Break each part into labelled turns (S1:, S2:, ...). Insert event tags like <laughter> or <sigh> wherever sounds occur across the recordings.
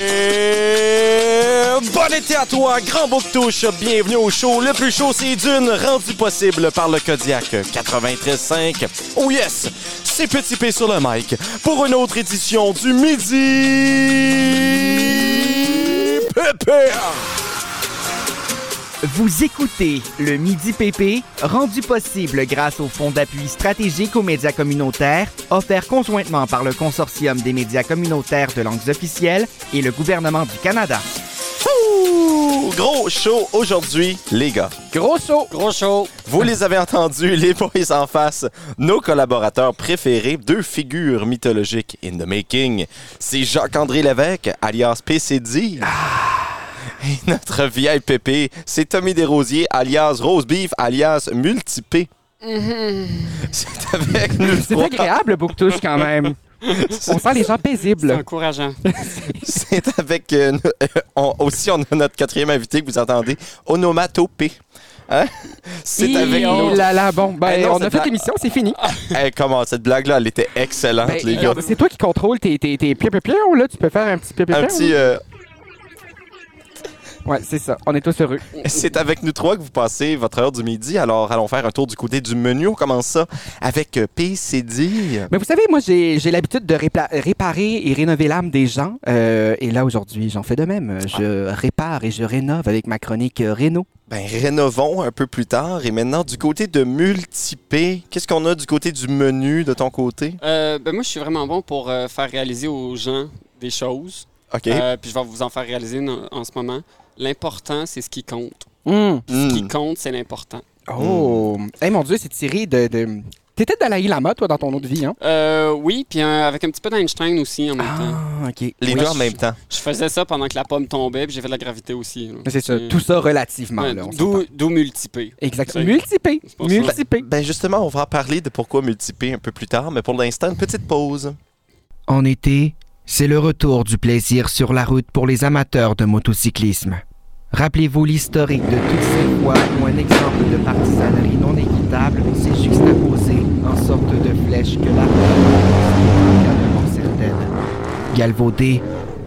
S1: Et Euh, bon été à toi, grand bout de touche. Bienvenue au show. Le plus chaud, c'est d'une, rendu possible par le Kodiak 93.5. Oh yes, c'est Petit P sur le mic pour une autre édition du Midi Pépé.
S2: Vous écoutez le Midi PP, rendu possible grâce au Fonds d'appui stratégique aux médias communautaires, offert conjointement par le Consortium des médias communautaires de langues officielles et le gouvernement du Canada.
S1: Ouh, Gros show aujourd'hui, les gars.
S3: Gros saut. Gros show.
S1: Vous les avez entendus, les boys en face, nos collaborateurs préférés, deux figures mythologiques in the making. C'est Jacques-André Lévesque, alias PCD.
S3: Ah.
S1: Et notre vieille pépé, c'est Tommy Desrosiers, alias Rose Beef, alias Multipé.
S3: Mm-hmm.
S1: C'est avec nous
S2: C'est
S1: trois.
S2: agréable, le bouctouche, quand
S1: <laughs>
S2: même. On sent les gens
S3: C'est
S2: paisibles. <laughs>
S3: encourageant.
S1: C'est avec euh, nous- euh, on- aussi on a notre quatrième invité que vous entendez, Onomatopée. Hein? C'est avec nous.
S2: Oh là là, bon, ben,
S1: Eh non,
S2: on
S1: c'est
S2: a fait
S1: pas-
S2: l'émission, c'est fini.
S1: Hey, comment cette blague-là, elle était excellente,
S2: Ben,
S1: les gars.
S2: c'est toi qui contrôle tes, tes, tes piou, piou, piou, là. Tu peux faire un petit piou, piou,
S1: Un
S2: piou.
S1: petit. euh,
S2: Ouais, c'est ça. On est tous heureux.
S1: C'est avec nous trois que vous passez votre heure du midi. Alors, allons faire un tour du côté du menu. On commence ça avec euh, PCD.
S2: Mais vous savez, moi, j'ai j'ai l'habitude de répa- réparer et rénover l'âme des gens. Euh, et là, aujourd'hui, j'en fais de même. Je répare et je rénove avec ma chronique euh, Réno.
S1: Ben, rénovons un peu plus tard. Et maintenant, du côté de Multipé, qu'est-ce qu'on a du côté du menu de ton côté?
S3: Euh, ben moi, je suis vraiment bon pour euh, faire réaliser aux gens des choses.
S1: OK.
S3: Euh, puis je vais vous en faire réaliser une en- en ce moment. L'important, c'est ce qui compte.
S1: Hmm.
S3: Ce qui compte, c'est l'important.
S2: Oh! Eh mon Dieu, c'est tiré de... de... T'étais Dalai Lama, toi, dans ton autre vie, hein?
S3: Euh, oui, puis euh, avec un petit peu d'Einstein aussi en même temps.
S2: Ah, OK.
S1: Les
S3: Oui,
S1: deux en
S3: je-
S1: même temps.
S3: Je faisais ça pendant que la pomme tombait, puis j'ai fait de la gravité aussi. là.
S2: C'est ça,
S3: Euh,
S2: tout ça relativement,
S3: ouais,
S2: là. on s'entend.
S3: D'où d'où multiplier.
S2: Exactement.
S3: C'est-
S2: Multipé.
S3: C'est pour ça.
S2: Multipé.
S1: Ben justement, on va en parler de pourquoi Multipé un peu plus tard. Mais pour l'instant, une petite pause.
S2: En été, c'est le retour du plaisir sur la route pour les amateurs de motocyclisme. Rappelez-vous l'historique de toutes ces fois où un exemple de partisanerie non équitable s'est juxtaposé en sorte de flèche que la route est certaine. Galvaudée,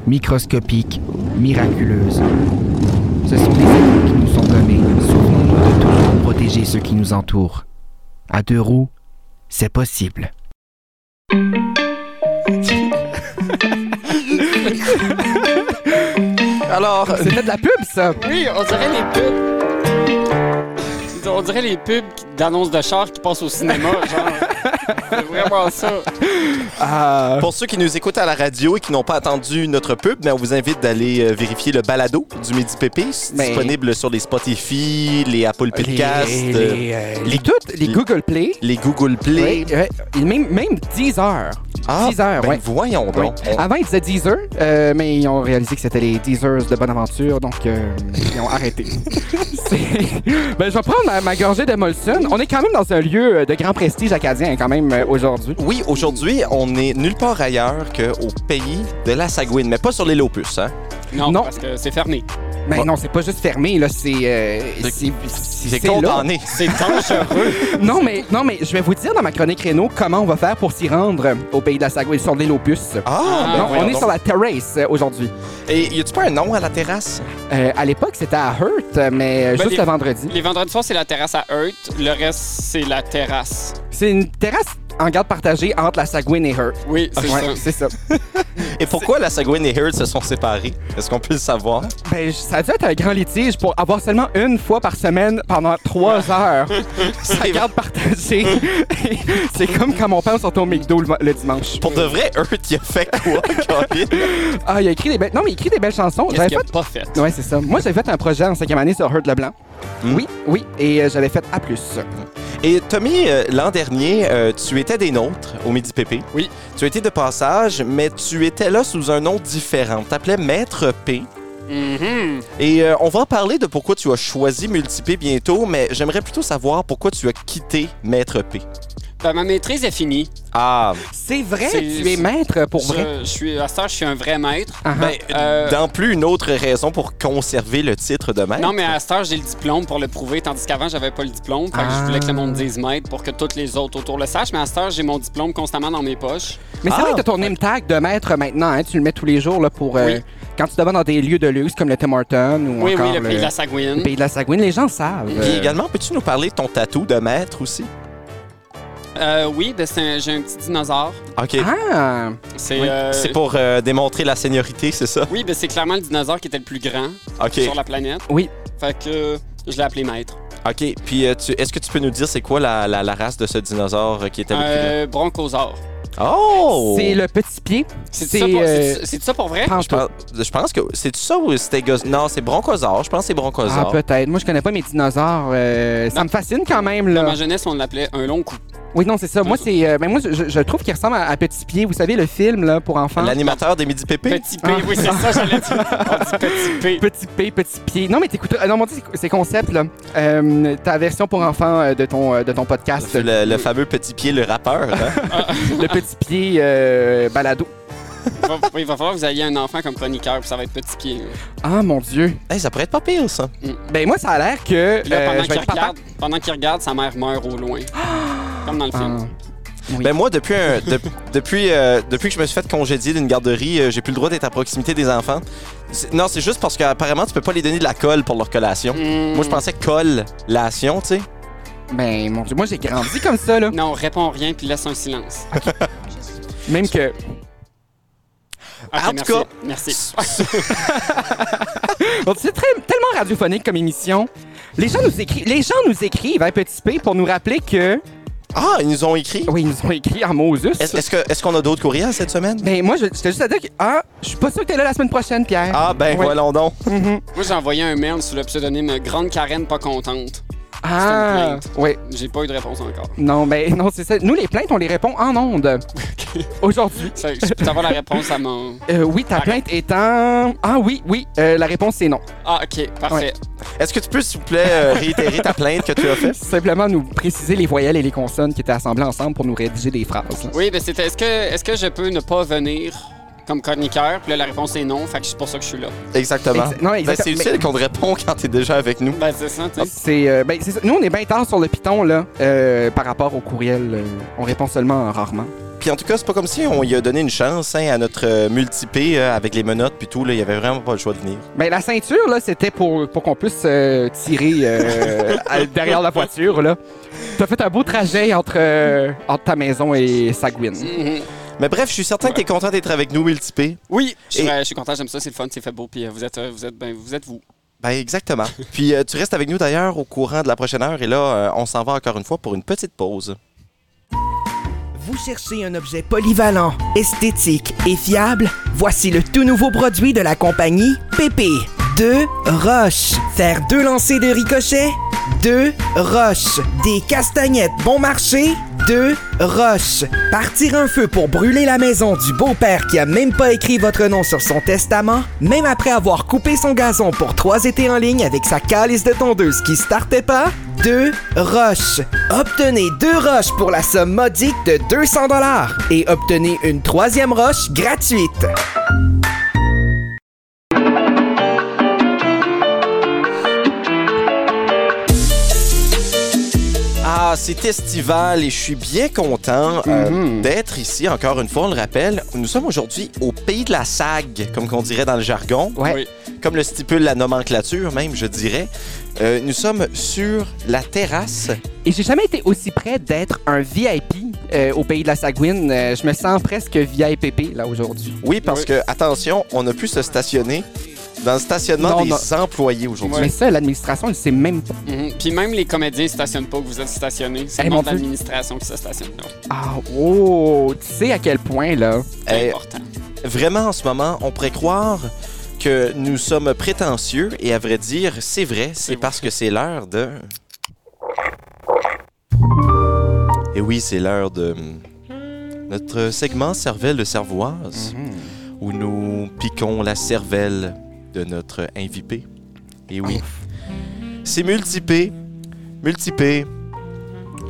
S2: microscopique, miraculeuse. Ce sont des époques qui nous sont données. Souvenons-nous de toujours protéger ceux qui nous entourent. À deux roues, c'est possible.
S1: Alors,
S2: C'était de la pub, ça!
S3: Oui, on dirait les pubs. On dirait les pubs qui- d'annonces de chars qui passent au cinéma.
S2: <laughs>
S3: genre. C'est vraiment ça.
S2: Ah!
S1: pour ceux qui nous écoutent à la radio et qui n'ont pas attendu notre pub, ben, on vous invite d'aller euh, vérifier le balado du Midi Pépé, C'est
S2: Mais-
S1: disponible sur les Spotify, les Apple Podcasts, euh,
S2: les,
S1: les,
S2: les, euh, les toutes, les
S1: les-
S2: Google Play.
S1: Google Play.
S2: Ouais, ouais, et même, même Deezer.
S1: Ah,
S2: Deezer,
S1: ben
S2: ouais.
S1: voyons
S2: Ouais.
S1: donc. Ah, On-
S2: Avant, ils disaient Deezer, euh, mais ils ont réalisé que c'était les Deezers de Bonaventure, donc euh, ils
S1: <laughs>
S2: ont arrêté. C'est- ben, je vais prendre ma, ma gorgée de Molson. On est quand même dans un lieu euh, de grand prestige acadien, hein, quand même, euh, aujourd'hui.
S1: Oui, aujourd'hui, on est nulle part ailleurs qu'au pays de la Sagouine, mais pas sur les Lopus. Hein?
S3: Non,
S2: Non.
S3: parce que c'est fermé.
S2: Mais
S1: Bon.
S2: non, c'est pas juste fermé, là, c'est... euh,
S1: C'est-
S2: c'est-
S1: C'est
S2: là.
S1: condamné.
S3: C'est dangereux.
S2: Non mais, non, mais je vais vous dire dans ma chronique Renault comment on va faire pour s'y rendre euh, au pays de la Sagouille sur l'île aux puces.
S1: Ah, ben
S2: non, on
S1: voyons
S2: est
S1: donc.
S2: sur la terrace euh, aujourd'hui.
S1: Et y a-tu pas un nom à la terrasse?
S2: Euh, à l'époque, c'était à Hurt, euh, mais euh,
S3: Ben,
S2: juste
S3: les-
S2: le vendredi.
S3: Les vendredis soirs, c'est la terrasse à Heurt. Le reste, c'est la terrasse.
S2: C'est une terrasse en garde partagée entre la Sagouine et Hurt.
S3: Oui, c'est
S2: Ouais,
S3: ça.
S2: c'est ça.
S1: Et pourquoi la Sagouine et Heard se sont séparés? Est-ce qu'on peut le savoir?
S2: Ben, je- ça a dû être un grand litige pour avoir seulement une fois par semaine pendant trois
S3: <laughs>
S2: heures.
S1: C'est
S2: Garde partagée. <laughs> c'est comme quand mon père sort au McDo le, le dimanche.
S1: Pour de vrai, Earth, il a fait quoi, Colin?
S2: Ah, il a écrit des belles... Non, mais il écrit des belles chansons.
S3: Qu'est-ce
S2: J'avais
S3: qu'il
S2: pas
S3: a pas fait?
S2: Ouais, c'est ça. Moi, j'avais fait un projet en cinquième année sur Hurt Leblanc.
S3: Hmm.
S1: Mm.
S2: Oui, oui. Et euh, j'avais fait A.
S1: Et Tommy, euh, l'an dernier, euh, tu étais des nôtres au Midi Pépé.
S3: Oui.
S1: Tu étais de passage, mais tu étais là sous un nom différent. Tu t'appelais Maître P.
S3: Mhm.
S1: Et euh, on va en parler de pourquoi tu as choisi Multipé bientôt, mais j'aimerais plutôt savoir pourquoi tu as quitté Maître P.
S3: Ben, ma maîtrise est finie.
S1: Ah,
S2: C'est vrai,
S3: C'est-
S2: tu es maître pour
S3: Je-
S2: vrai.
S3: Je, suis, à ce temps, je suis un vrai maître.
S2: Ah, ah.
S1: ben,
S3: Euh,
S1: dans plus une autre raison pour conserver le titre de maître.
S3: Non, mais à cette heure, j'ai le diplôme pour le prouver, tandis qu'avant, j'avais pas le diplôme. Fait que
S2: Ah.
S3: je voulais que le monde dise maître pour que toutes les autres autour le sachent. Mais à cette heure, j'ai mon diplôme constamment dans mes poches.
S2: Mais ça
S1: Ah!
S2: va être ton name tag de maître maintenant. hein, Tu le mets tous les jours là, pour. euh,
S3: Oui.
S2: Quand tu te vas dans des lieux de luxe comme le Tim Hortons ou
S3: Oui, oui,
S2: encore
S3: le pays de la Sagouine.
S2: le Pays de la Sagouine, les gens savent.
S1: Puis également, peux-tu nous parler de ton tatou de maître aussi?
S3: Euh, oui, ben, c'est un- j'ai un petit dinosaure.
S1: OK.
S2: Ah!
S3: C'est.
S1: Oui.
S3: euh,
S1: C'est pour euh, démontrer la seniorité, c'est ça?
S3: Oui, ben, c'est clairement le dinosaure qui était le plus grand
S1: OK.
S3: sur la planète.
S2: Oui.
S3: Fait que euh, je l'ai appelé maître.
S1: OK. Puis euh, tu- est-ce que tu peux nous dire c'est quoi la, la- la race de ce dinosaure euh, qui était le plus
S3: Euh, bronchosaure.
S1: grand? Oh!
S2: C'est le petit pied.
S3: C'est
S2: C'est,
S3: ça, pour-
S2: euh,
S3: c'est- c'est ça pour vrai?
S1: Je pense, je pense que c'est ça ou c'était gos- Non, c'est bronchosaure. Je pense que c'est
S2: Ah,
S1: bronchosaure.
S2: peut-être. Moi, je connais pas mes dinosaures. euh, ça me fascine quand même,
S3: Dans
S2: là.
S3: ma jeunesse, on l'appelait un long coup.
S2: Oui, non, c'est ça. Moi, c'est. euh, ben, moi, je, je trouve qu'il ressemble à, à Petit Pied. Vous savez, le film, là, pour enfants.
S1: L'animateur des Midi Pépé.
S3: Petit P, oui, c'est ça, j'allais <laughs> dire. On dit petit P.
S2: Petit P, Petit Pied. Non, mais t'écoutes. euh, Non, mon Dieu, c'est- c'est concept, là. Euh, ta version pour enfants euh, de, ton, euh, de ton podcast. Le,
S1: Le, le fameux petit pied, le rappeur.
S2: <laughs>
S1: hein?
S2: Petit Pied euh, balado.
S3: Il va, il va falloir que vous ayez un enfant comme chroniqueur, puis ça va être petit pied. là.
S2: Ah, mon Dieu.
S1: Hey, ça pourrait être pas pire, ça.
S2: Ben, moi, ça a l'air que.
S3: Puis là,
S2: euh,
S3: pendant
S2: je vais
S3: qu'il
S2: être papa.
S3: regarde, pendant qu'il regarde, sa mère meurt au loin. Comme dans le film.
S2: Ah. Oui.
S1: Ben moi, depuis, un- de- depuis, euh, depuis que je me suis fait congédier d'une garderie, euh, j'ai plus le droit d'être à proximité des enfants. C'est- Non, c'est juste parce qu'apparemment, tu peux pas les donner de la colle pour leur collation.
S2: Ah. Mm.
S3: Hmm.
S1: Moi, je pensais collation, tu sais.
S2: Ben, mon Dieu, moi, j'ai grandi comme ça, là.
S3: Non, réponds rien, puis laisse un silence. Ok,
S2: Même que.
S1: En tout
S3: merci.
S1: cas-
S3: Merci.
S2: Bon, c'est très- tellement radiophonique comme émission. Les gens nous, écri- les gens nous écrivent, hein, petit P, pour nous rappeler que.
S1: Ah, ils nous ont écrit.
S2: Oui, ils nous ont écrit en mots aux us.
S1: Est-ce est-ce que- est-ce qu'on a d'autres courriels cette semaine?
S2: Ben, moi, je- j'étais juste à dire que. Ah, je suis pas sûr que t'es là la semaine prochaine, Pierre.
S1: Ah, ben
S2: Oui.
S1: voilà donc.
S3: Moi, j'ai envoyé un mail sous le pseudonyme Grande Karen pas contente.
S2: Ah,
S3: c'est
S2: oui.
S3: J'ai pas eu de réponse encore.
S2: Non, ben, non, c'est ça. Nous, les plaintes, on les répond en ondes. Aujourd'hui.
S3: Ça, je peux avoir la réponse à mon.
S2: Euh, oui, ta plainte étant. Ah, oui, oui. euh, la réponse, c'est non.
S3: Ah, ok, parfait.
S1: Est-ce que tu peux, s'il vous plaît, euh, réitérer ta plainte que tu as faite?
S2: Simplement nous préciser les voyelles et les consonnes qui étaient assemblées ensemble pour nous rédiger des phrases. là.
S3: Oui, ben c'était. Est-ce que, est-ce que je peux ne pas venir comme chroniqueur? Puis là, la réponse est non, fait que c'est pour ça que je suis là.
S1: Exactement.
S2: Exa- non,
S1: Ben,
S2: exactement.
S1: c'est
S2: Mais-
S1: utile qu'on te répond quand t'es déjà avec nous.
S3: <laughs> Ben, c'est ça, tu sais.
S2: C'est euh, ben, c'est ça. Nous, on est bien tard sur le Python, là, euh, par rapport au courriel. euh, on répond seulement euh, rarement.
S1: Puis en tout cas, c'est pas comme si on y a donné une chance hein, à notre euh, multipé euh, avec les menottes puis tout. Là, il y avait vraiment pas le choix de venir.
S2: Ben, la ceinture, là, c'était pour, pour qu'on puisse euh, tirer euh, à- derrière la voiture, là. T'as fait un beau trajet entre, euh, entre ta maison et Sagouine.
S3: Mhm.
S1: Mais bref, je suis certain que t'es content d'être avec nous, multipé.
S3: Oui, je suis,
S1: Et-
S3: euh, je suis content, j'aime ça, c'est le fun, c'est fait beau, puis euh, vous êtes, euh, vous êtes, ben, vous êtes vous.
S1: Ben
S2: <laughs>
S1: exactement. puis euh, tu restes avec nous d'ailleurs au courant de la prochaine heure et là, euh, on s'en va encore une fois pour une petite pause.
S4: Vous cherchez un objet polyvalent, esthétique et fiable? Voici le tout nouveau produit de la compagnie PP. Deux roches. Faire deux lancers de ricochet? Deux roches. Des castagnettes bon marché? Deux roches. Partir un feu pour brûler la maison du beau-père qui a même pas écrit votre nom sur son testament? Même après avoir coupé son gazon pour trois étés en ligne avec sa calice de tondeuse qui startait pas? Deux roches. Obtenez deux roches pour la somme modique de 200 dollars et obtenez une troisième roche gratuite.
S1: Ah, c'est estival et je suis bien content euh,
S2: Mhm.
S1: d'être ici. Encore une fois, on le rappelle, nous sommes aujourd'hui au pays de la SAG, comme qu'on dirait dans le jargon.
S2: Ouais.
S3: Oui.
S1: comme le stipule la nomenclature même, je dirais. Euh, nous sommes sur la terrasse.
S2: Et j'ai jamais été aussi près d'être un VIP euh, au pays de la Sagouine. Euh, je me sens presque VIPP, là, aujourd'hui.
S1: Oui, parce
S3: Oui.
S1: que, attention, on a pu se stationner dans le stationnement
S2: Non,
S1: des employés aujourd'hui.
S2: Mais ça, l'administration, elle sait même pas.
S3: Mhm. Puis même les comédiens ne stationnent pas, que vous êtes stationnés. C'est
S2: Eh,
S3: le
S2: mon
S3: monde de
S2: Dieu.
S3: l'administration qui se stationne là.
S2: Ah, oh, tu sais à quel point, là.
S3: C'est
S1: Eh,
S3: important.
S1: Vraiment, en ce moment, on pourrait croire que nous sommes prétentieux et à vrai dire, c'est vrai, c'est
S3: C'est
S1: parce que c'est l'heure de... Et Eh oui, c'est l'heure de... hum, Notre segment Cervelle de Cervoise. où nous piquons la cervelle de notre invité. Eh Et oui, c'est multipé, multipé,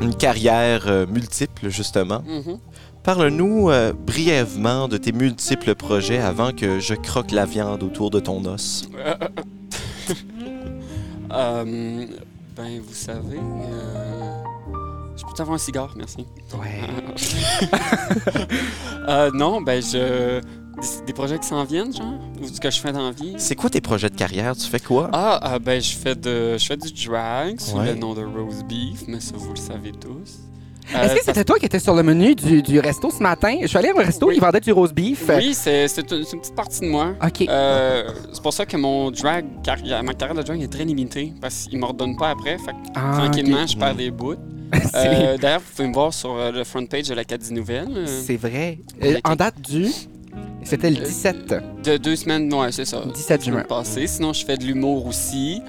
S1: une carrière euh, multiple, justement.
S3: Mhm.
S1: Parle-nous euh, brièvement de tes multiples projets avant que je croque la viande autour de ton os.
S3: Euh, ben, vous savez, euh, je peux t'avoir un cigare, merci.
S5: Ouais.
S3: <laughs> Euh, non, ben, je. Des, des projets qui s'en viennent, genre Ou ce que je fais dans la vie
S1: C'est quoi tes projets de carrière? Tu fais quoi?
S3: Ah, euh, ben, je fais, de, je fais du drag sous
S1: Ouais.
S3: le nom de Rose Beef, mais ça, vous le savez tous.
S2: Est-ce
S3: Euh,
S2: que
S3: ça-
S2: c'était toi qui étais sur le menu du, du resto ce matin? Je suis allée à un resto,
S3: Oui.
S2: ils vendaient du roast beef.
S3: Euh, Oui, c'est c'est une, c'est une petite partie de moi.
S2: OK.
S3: Euh, c'est pour ça que mon drag, carrière- ma carrière de drag est très limitée, parce qu'ils ne m'ordonnent pas après. Fait que
S2: Ah,
S3: tranquillement,
S2: ok.
S3: je perds des bouts.
S2: <laughs> C'est-
S3: Euh, D'ailleurs, vous pouvez me voir sur euh, le front page de l'Acadie Nouvelle. euh,
S2: C'est vrai. Euh, en date du. C'était le
S3: Euh,
S2: 17.
S3: De deux semaines, ouais, c'est ça.
S2: 17 juin.
S3: Passé. Sinon, je fais de l'humour aussi,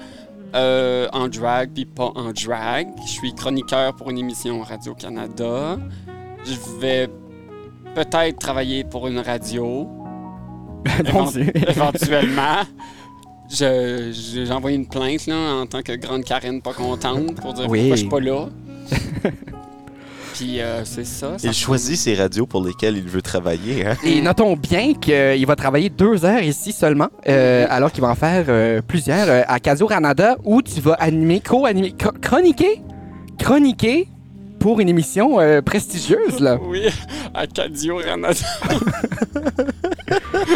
S3: euh, en drag puis pas en drag. Je suis chroniqueur pour une émission Radio-Canada. Je vais peut-être travailler pour une radio,
S2: <laughs> Mon Dieu.
S3: éventuellement. Je- je- J'ai envoyé une plainte là, en tant que grande Karen pas contente pour dire
S2: Oui.
S3: pourquoi je suis pas là. puis euh, c'est ça. ça
S1: Il choisit ses radios pour lesquelles il veut travailler, hein?
S2: Et notons bien qu'il va travailler deux heures ici seulement, euh, alors qu'il va en faire euh, plusieurs euh, à Casio Ranada, où tu vas animer, co-animer, co- chroniquer, chroniquer pour une émission euh, prestigieuse. Là.
S3: Oui, Acadio Canada.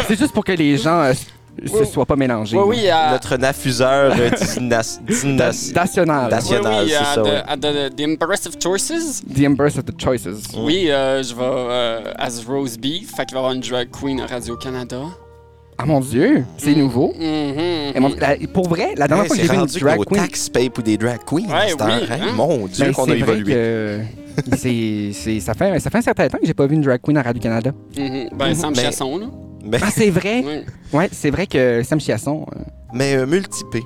S2: C'est juste pour que les gens euh, se
S3: Oui.
S2: soient pas mélangés.
S3: Oui, oui, à-
S1: Notre nafuseur euh, dysna-
S2: là.
S1: dysna- That's-
S2: National.
S1: national,
S3: oui, oui,
S1: c'est
S3: à
S1: ça,
S3: The-
S1: ouais.
S3: à The- The Impressive Choices.
S2: The Embers of the Choices.
S1: Mm.
S3: Oui, euh, je vais euh, as Rose Beef, fait qu'il va y avoir une drag queen à Radio-Canada.
S2: Ah mon Dieu, c'est nouveau.
S3: Mhm.
S2: Et mon- la- pour vrai, la dernière
S1: Hey,
S2: fois que
S1: c'est
S2: j'ai vu une
S1: rendu
S2: drag
S1: qu'au
S2: queen,
S1: tax paye pour des drag queens.
S3: Ouais,
S1: c'est un-
S3: oui,
S1: hey,
S3: hein?
S1: Mon Dieu,
S2: ben,
S1: qu'on
S2: c'est
S1: a
S2: vrai
S1: évolué.
S2: que- c'est- c'est- ça, fait, un- ça fait un certain temps que j'ai pas vu une drag queen à Radio-Canada.
S3: Mhm.
S2: Mm-hmm.
S3: Ben, Sam
S1: Mais-
S3: Chasson, là.
S1: Mais,
S2: Ah, c'est
S3: <laughs>
S2: vrai?
S3: Oui.
S2: Ouais, c'est vrai que Sam Chiasson. euh,
S1: mais euh, Multipé,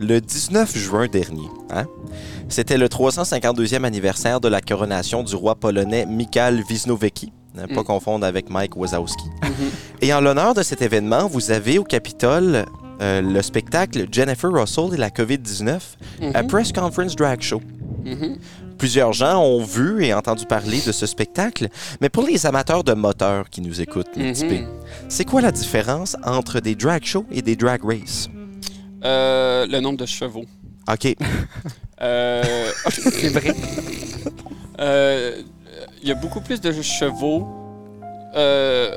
S1: le 19 juin dernier, hein, c'était le 352e anniversaire de la coronation du roi polonais Mikhail Wisniewski. Ne pas
S3: Mm.
S1: confondre avec Mike Wazowski.
S3: Mhm.
S1: Et en l'honneur de cet événement, vous avez au Capitole euh, le spectacle Jennifer Russell et la COVID-19,
S3: Mhm.
S1: à Press Conference Drag Show.
S3: Mhm.
S1: Plusieurs gens ont vu et entendu parler de ce spectacle, mais pour les amateurs de moteurs qui nous écoutent,
S3: Mhm.
S1: Multipé, c'est quoi la différence entre des drag shows et des drag races?
S3: Euh, le nombre de chevaux.
S1: OK,
S3: Euh,
S2: <laughs> C'est vrai.
S3: euh, Il y a beaucoup plus de chevaux euh,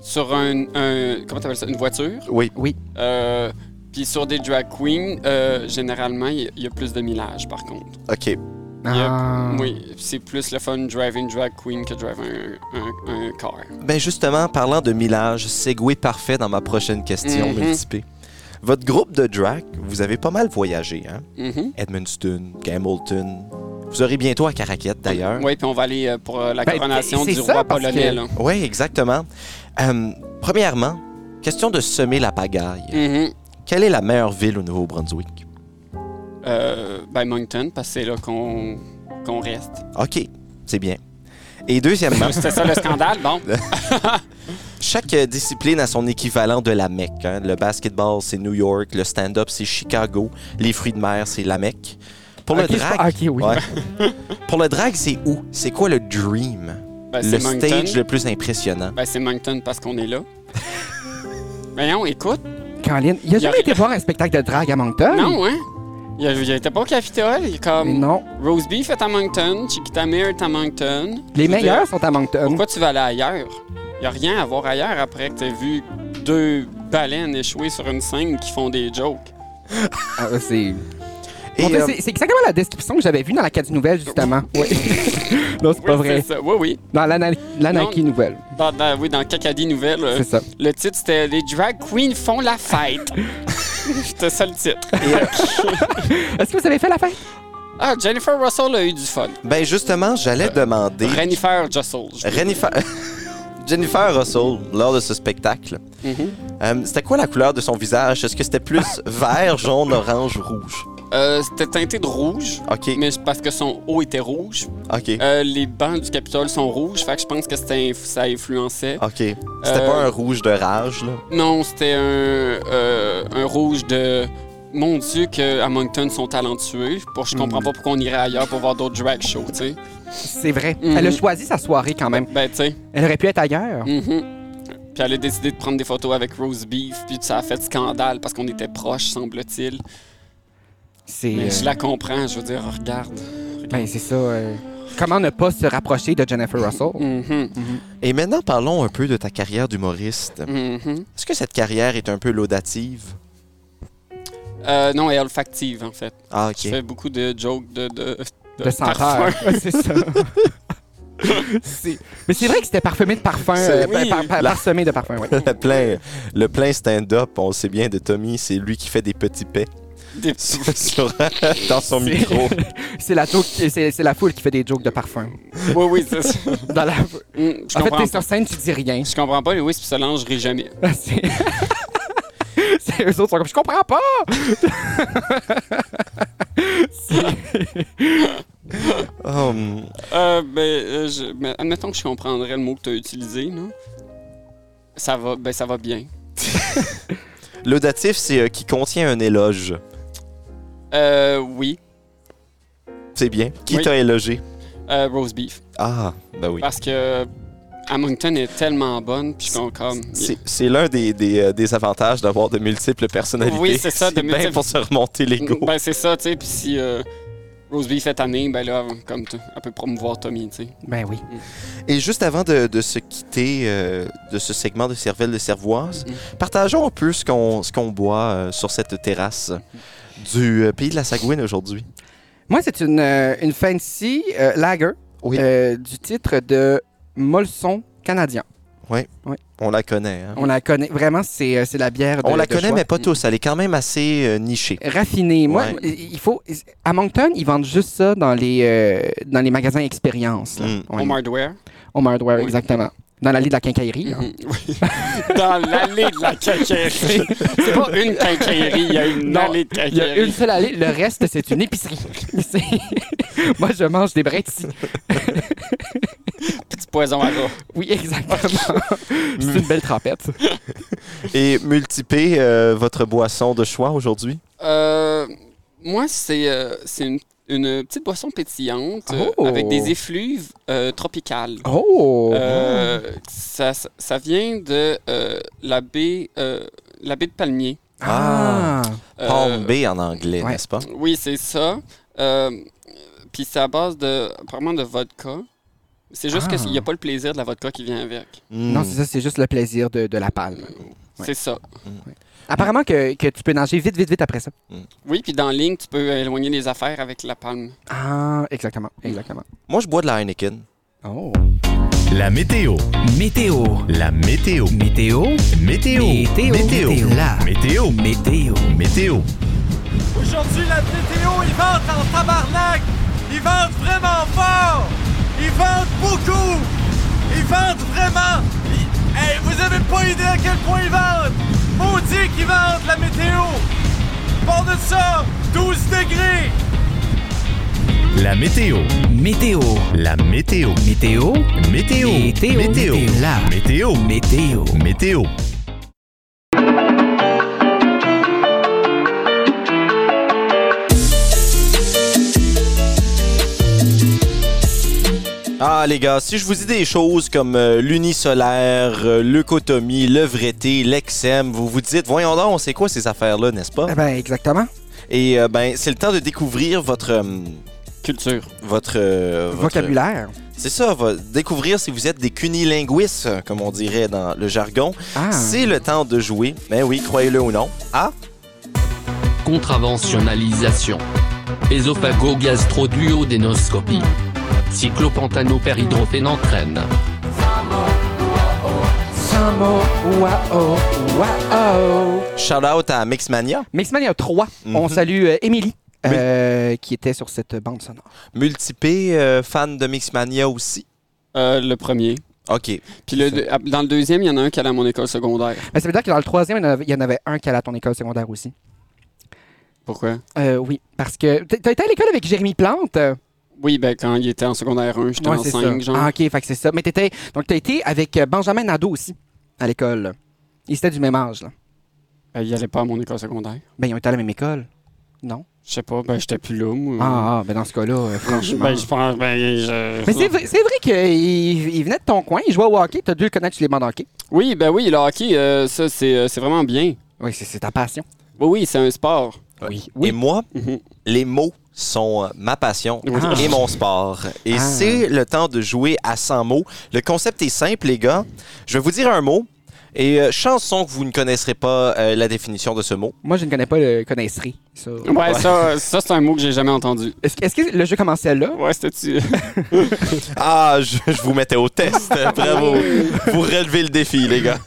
S3: sur un, un- Comment t'appelles ça Une voiture.
S1: oui.
S3: Euh, Puis sur des drag queens, euh, généralement, il y a- il y a plus de millage, par contre.
S1: OK.
S2: Ah.
S3: Oui, c'est plus le fun de drive une drag queen que de drive un, un, un car.
S1: Ben justement, parlant de millage, segway parfait dans ma prochaine question,
S3: Mhm.
S1: Multipé. Votre groupe de drag, vous avez pas mal voyagé, hein?
S3: Mhm.
S1: Edmundston, Gambleton. Vous aurez bientôt à Caraquette, d'ailleurs.
S3: Oui, puis on va aller euh, pour euh, la
S2: Ben,
S3: coronation
S2: c'est-
S3: du
S2: c'est ça,
S3: roi
S2: parce que-
S3: polonais. là.
S1: Oui, exactement. Euh, premièrement, question de semer la pagaille.
S3: Mhm.
S1: Quelle est la meilleure ville au Nouveau-Brunswick?
S3: Euh, ben, Moncton, parce que c'est là qu'on qu'on reste.
S1: OK, c'est bien. Et
S2: Ah.
S1: deuxièmement,
S3: C'était ça le scandale, bon.
S1: chaque euh, discipline a son équivalent de la Mecque. hein. Le basketball, c'est New York. Le stand-up, c'est Chicago. Les fruits de mer, c'est la Mecque. Pour
S2: Ok,
S1: le
S2: c'est
S1: drag,
S2: pas- ok, oui.
S1: Ouais. <laughs> Pour le drag, c'est où? C'est quoi le dream?
S3: Ben,
S1: le
S3: c'est Moncton.
S1: stage le plus impressionnant?
S3: Ben, c'est Moncton parce
S2: <laughs>
S3: qu'on est là. Voyons, écoute.
S2: Caroline, il a
S3: Y a
S2: jamais
S3: rien.
S2: été voir un spectacle de drague à Moncton?
S3: Non, hein? Il, a- il était pas au Capitole. Il est
S2: Ah. Mais
S3: comme.
S2: non.
S3: Rose Beef est à Moncton, Chiquita Mare est à Moncton.
S2: Les
S3: Je veux dire,
S2: meilleurs sont à Moncton.
S3: Pourquoi tu vas aller ailleurs? Il a rien à voir ailleurs après que t'aies vu deux baleines échouées sur une scène qui font des jokes.
S2: Ah, euh, c'est...
S1: Et,
S2: Moncton,
S1: euh,
S2: c'est- c'est exactement la description que j'avais vue dans la case nouvelle, justement. Oui. <laughs> non, c'est pas
S3: Oui,
S2: vrai.
S3: c'est ça. Oui, oui.
S2: Dans l'ana- l'anarchie nouvelle.
S3: Dans, dans- oui, dans Cacadie Nouvelle, euh,
S2: C'est ça.
S3: le titre c'était Les drag queens font
S2: <laughs>
S3: la fête. c'était ça le titre.
S2: Est-ce que vous avez fait la fête?
S3: Ah, Jennifer Russell a eu du fun.
S1: ben justement, j'allais
S3: Euh,
S1: demander...
S3: Jennifer Russell. je-
S1: Renifer- <laughs> Jennifer Russell, lors de ce spectacle,
S3: Mhm.
S1: euh, c'était quoi la couleur de son visage? Est-ce que c'était
S3: <laughs>
S1: plus vert, jaune, orange, rouge?
S3: Euh, c'était teinté de rouge.
S1: OK,
S3: Mais c'est parce que son haut était rouge.
S1: OK,
S3: Euh, les bancs du Capitole sont rouges, fait que je pense que c'était inf- ça influençait.
S1: OK. C'était
S3: euh,
S1: pas un rouge de rage, là?
S3: Non, c'était un, euh, un rouge de mon Dieu, que à Moncton sont talentueux. Pour, je
S2: Mm.
S3: comprends pas pourquoi on irait ailleurs pour voir d'autres drag shows, tu sais.
S2: C'est vrai.
S3: Mhm.
S2: Elle a choisi sa soirée quand même.
S3: Ben, tu sais.
S2: Elle aurait pu être ailleurs.
S3: Mhm. Puis elle a décidé de prendre des photos avec Rose Beef, puis ça a fait scandale parce qu'on était proches, semble-t-il.
S2: C'est.
S3: Mais je
S2: euh,
S3: la comprends, je veux dire, regarde.
S2: Ben, c'est ça. euh, Comment ne pas se rapprocher de Jennifer Russell?
S3: Mhm,
S1: Et maintenant, parlons un peu de ta carrière d'humoriste.
S2: mm-hmm.
S3: mhm.
S1: Est-ce que cette carrière est un peu laudative?
S3: Euh, non, elle est olfactive, en fait.
S1: Ah,
S3: Je
S1: OK.
S3: fais beaucoup de jokes de... De, de
S2: De senteur.
S3: parfum. <laughs>
S2: Ouais, c'est ça. <laughs> C'est- Mais c'est vrai que c'était parfumé de parfum.
S1: C'est-
S2: euh, pa-
S3: oui.
S2: par- par-
S1: La-
S2: Parsemé de parfum, oui.
S1: <laughs> Le plein, le plein stand-up, on le sait bien de Tommy, c'est lui qui fait des petits pets
S3: Des petits-
S1: <laughs> sur- sur- dans son
S2: C'est-
S1: micro.
S2: C'est la, joke- c'est- c'est la foule qui fait des jokes de parfum.
S3: Oui, oui, c'est ça.
S2: <laughs> Dans la...
S3: Mm, je,
S2: En fait,
S3: comprends
S2: t'es
S3: pas.
S2: sur scène, tu dis rien. <laughs>
S3: je comprends pas, Louis, puis Solange rit jamais.
S2: C'est- <laughs> C'est eux autres sont comme, je comprends pas!
S1: Oh, hum.
S3: Euh, ben, euh, je- mais admettons que je comprendrais le mot que tu as utilisé, non? Ça va, ben, ça va bien.
S1: Laudatif, c'est euh, qui contient un éloge.
S3: Euh, oui,
S1: C'est bien. Qui
S3: Oui.
S1: t'a élogé?
S3: euh, Rose Beef.
S1: Ah, ben oui.
S3: Parce que euh, Hamilton est tellement bonne, puis qu'on comme.
S1: C'est c'est l'un des, des, euh, des avantages d'avoir de multiples personnalités.
S3: Oui,
S1: <laughs>
S3: c'est ça, de
S1: bien
S3: multiples-
S1: pour se remonter l'ego.
S3: Ben, c'est ça, tu sais. Puis si euh, Rose Beef est année, ben là, comme t- elle peut promouvoir Tommy, tu sais.
S2: Ben oui.
S1: Et juste avant de, de se quitter euh, de ce segment de Cervelle de Cervoise, partageons un peu ce qu'on ce qu'on boit euh, sur cette terrasse du euh, pays de la Sagouine aujourd'hui.
S2: Moi, c'est une, euh, une fancy euh, lager
S1: Oui.
S2: euh, du titre de Molson canadien.
S1: Ah On la connaît. hein.
S2: On la connaît vraiment, c'est euh, c'est la bière de
S1: On la
S2: de
S1: connaît,
S2: choix.
S1: mais pas tous. Elle est quand même assez euh, nichée.
S2: Raffinée. Moi,
S1: Ouais.
S2: il il faut. À Moncton, ils vendent juste ça dans les, euh, dans les magasins expérience. là.
S1: Mm.
S2: On-
S3: Home Hardware.
S2: Home Hardware,
S3: Oui.
S2: exactement. Dans l'allée de la quincaillerie. là.
S3: Mhm, <laughs> oui. Dans l'allée de
S2: <laughs>
S3: la quincaillerie. c'est pas une quincaillerie, il y a une
S2: Non,
S3: allée de
S2: Il y a
S3: quincaillerie.
S2: une seule allée, le reste, c'est une épicerie. <laughs> C'est- <laughs> Moi, je mange des brettis.
S3: Petit poison à gras.
S2: Oui,
S1: <laughs>
S2: exactement. c'est une belle trempette.
S1: Et multipé euh, votre boisson de choix aujourd'hui.
S3: Euh, moi, c'est euh, c'est une, une petite boisson pétillante euh,
S2: Oh.
S3: avec des effluves euh, tropicales.
S2: Oh!
S3: Euh, ça, ça- ça vient de euh, la baie euh, la baie de Palmier.
S1: Ah.
S3: Euh,
S1: Palm Bay en anglais,
S2: ouais.
S1: n'est-ce pas?
S3: Oui, c'est ça. Euh, Puis c'est à base de apparemment de vodka. C'est juste
S2: Ah.
S3: qu'il n'y a pas le plaisir de la vodka qui vient avec.
S1: Mm.
S2: Non, c'est ça, c'est juste le plaisir de, de la palme.
S3: C'est ça.
S2: Apparemment que, que tu peux nager vite, vite, vite après ça.
S3: Oui, puis dans la ligne, tu peux éloigner les affaires avec la palme.
S2: Ah, exactement, exactement.
S1: Moi, je bois de la Heineken.
S2: Oh!
S6: La météo.
S5: Météo.
S6: La météo.
S5: Météo.
S6: Météo.
S5: Météo.
S6: Météo.
S5: La
S6: Météo.
S5: Météo.
S6: Météo.
S7: Aujourd'hui, la météo, il vente en tabarnak! Il vente vraiment fort! Il vente beaucoup! Il vente vraiment! Il- Hey, vous avez pas idée à quel point il vente! Maudit qu'il vente, la météo! Bon de ça, 12 degrés!
S6: La météo.
S5: Météo.
S6: La météo.
S5: Météo.
S6: Météo.
S5: Météo.
S6: Météo.
S5: La
S6: Météo.
S5: Météo.
S6: Météo.
S1: Ah les gars, si je vous dis des choses comme euh, l'unisolaire, euh, l'eucotomie, l'œuvreté, l'exème, vous vous dites voyons donc, c'est quoi ces affaires-là, n'est-ce pas
S2: Eh ben, exactement.
S1: Et euh, ben c'est le temps de découvrir votre euh,
S3: Culture.
S1: votre, euh, votre-
S2: Vocabulaire.
S1: C'est ça, va découvrir si vous êtes des cunilinguistes comme on dirait dans le jargon.
S2: Ah!
S1: C'est le temps de jouer. Ben oui, croyez-le ou non. Ah,
S8: Contraventionnalisation. Ésophago-gastro-duodénoscopie. Cyclopantanopéridrophénantraine.
S2: Samo, wa-oh, wa-oh.
S1: shout out à Mixmania.
S2: Mixman, il y a trois.
S1: Mhm.
S2: On salue euh, Émilie,
S1: Oui.
S2: euh, qui était sur cette bande sonore.
S1: Multipé euh, fan de Mixmania aussi.
S3: Euh, le premier.
S1: OK.
S3: Puis le, deux- ah, dans le deuxième, il y en a un qui allait à mon école secondaire.
S2: Mais Ben, ça veut dire que dans le troisième, il y en avait, il y en avait un qui allait à ton école secondaire aussi.
S3: Pourquoi?
S2: Euh, oui, parce que. T'as t'as été à l'école avec Jérémy Plante?
S3: Oui, ben quand il était en secondaire 1, j'étais
S2: Ouais,
S3: en
S2: c'est
S3: 5,
S2: ça.
S3: genre.
S2: Ah, ok, fait que c'est ça. Mais t'étais. Donc, t'as été avec euh, Benjamin Nadeau aussi, à l'école. là. Ils étaient du même âge, là.
S3: Euh, il allait pas à mon école secondaire.
S2: Ben, ils ont été à la même école. Non?
S3: Je sais pas, ben j'étais plus là,
S1: Mm.
S3: moi.
S2: Ah, ah, ben dans ce cas-là, euh, franchement.
S3: Ben, je pense, ben, je-
S2: Mais c'est vrai, c'est vrai qu'il il venait de ton coin, il jouait au hockey, t'as dû le connaître sur les bandes de hockey.
S3: Oui, ben oui, le hockey, euh, ça, c'est euh, c'est vraiment bien.
S2: Oui, c'est, c'est ta passion.
S3: Oui, oui, c'est un sport.
S1: Oui.
S2: Oui.
S1: Et moi,
S3: Mhm.
S1: les mots sont euh, ma passion
S3: Oui.
S1: et mon sport. Et
S2: Ah.
S1: c'est le temps de jouer à 100 mots. Le concept est simple, les gars. Je vais vous dire un mot. Et euh, chanson que vous ne connaisserez pas euh, la définition de ce mot.
S2: Moi, je ne connais pas le connaisserie. ça.
S3: Ouais, ça, ça c'est un mot que j'ai jamais entendu.
S2: Est-ce, que- est-ce que le jeu commençait là?
S3: Ouais, c'était-tu.
S1: Ah, je, <laughs> je vous mettais au
S2: <laughs>
S1: test. Bravo. vous relevez le défi, les gars.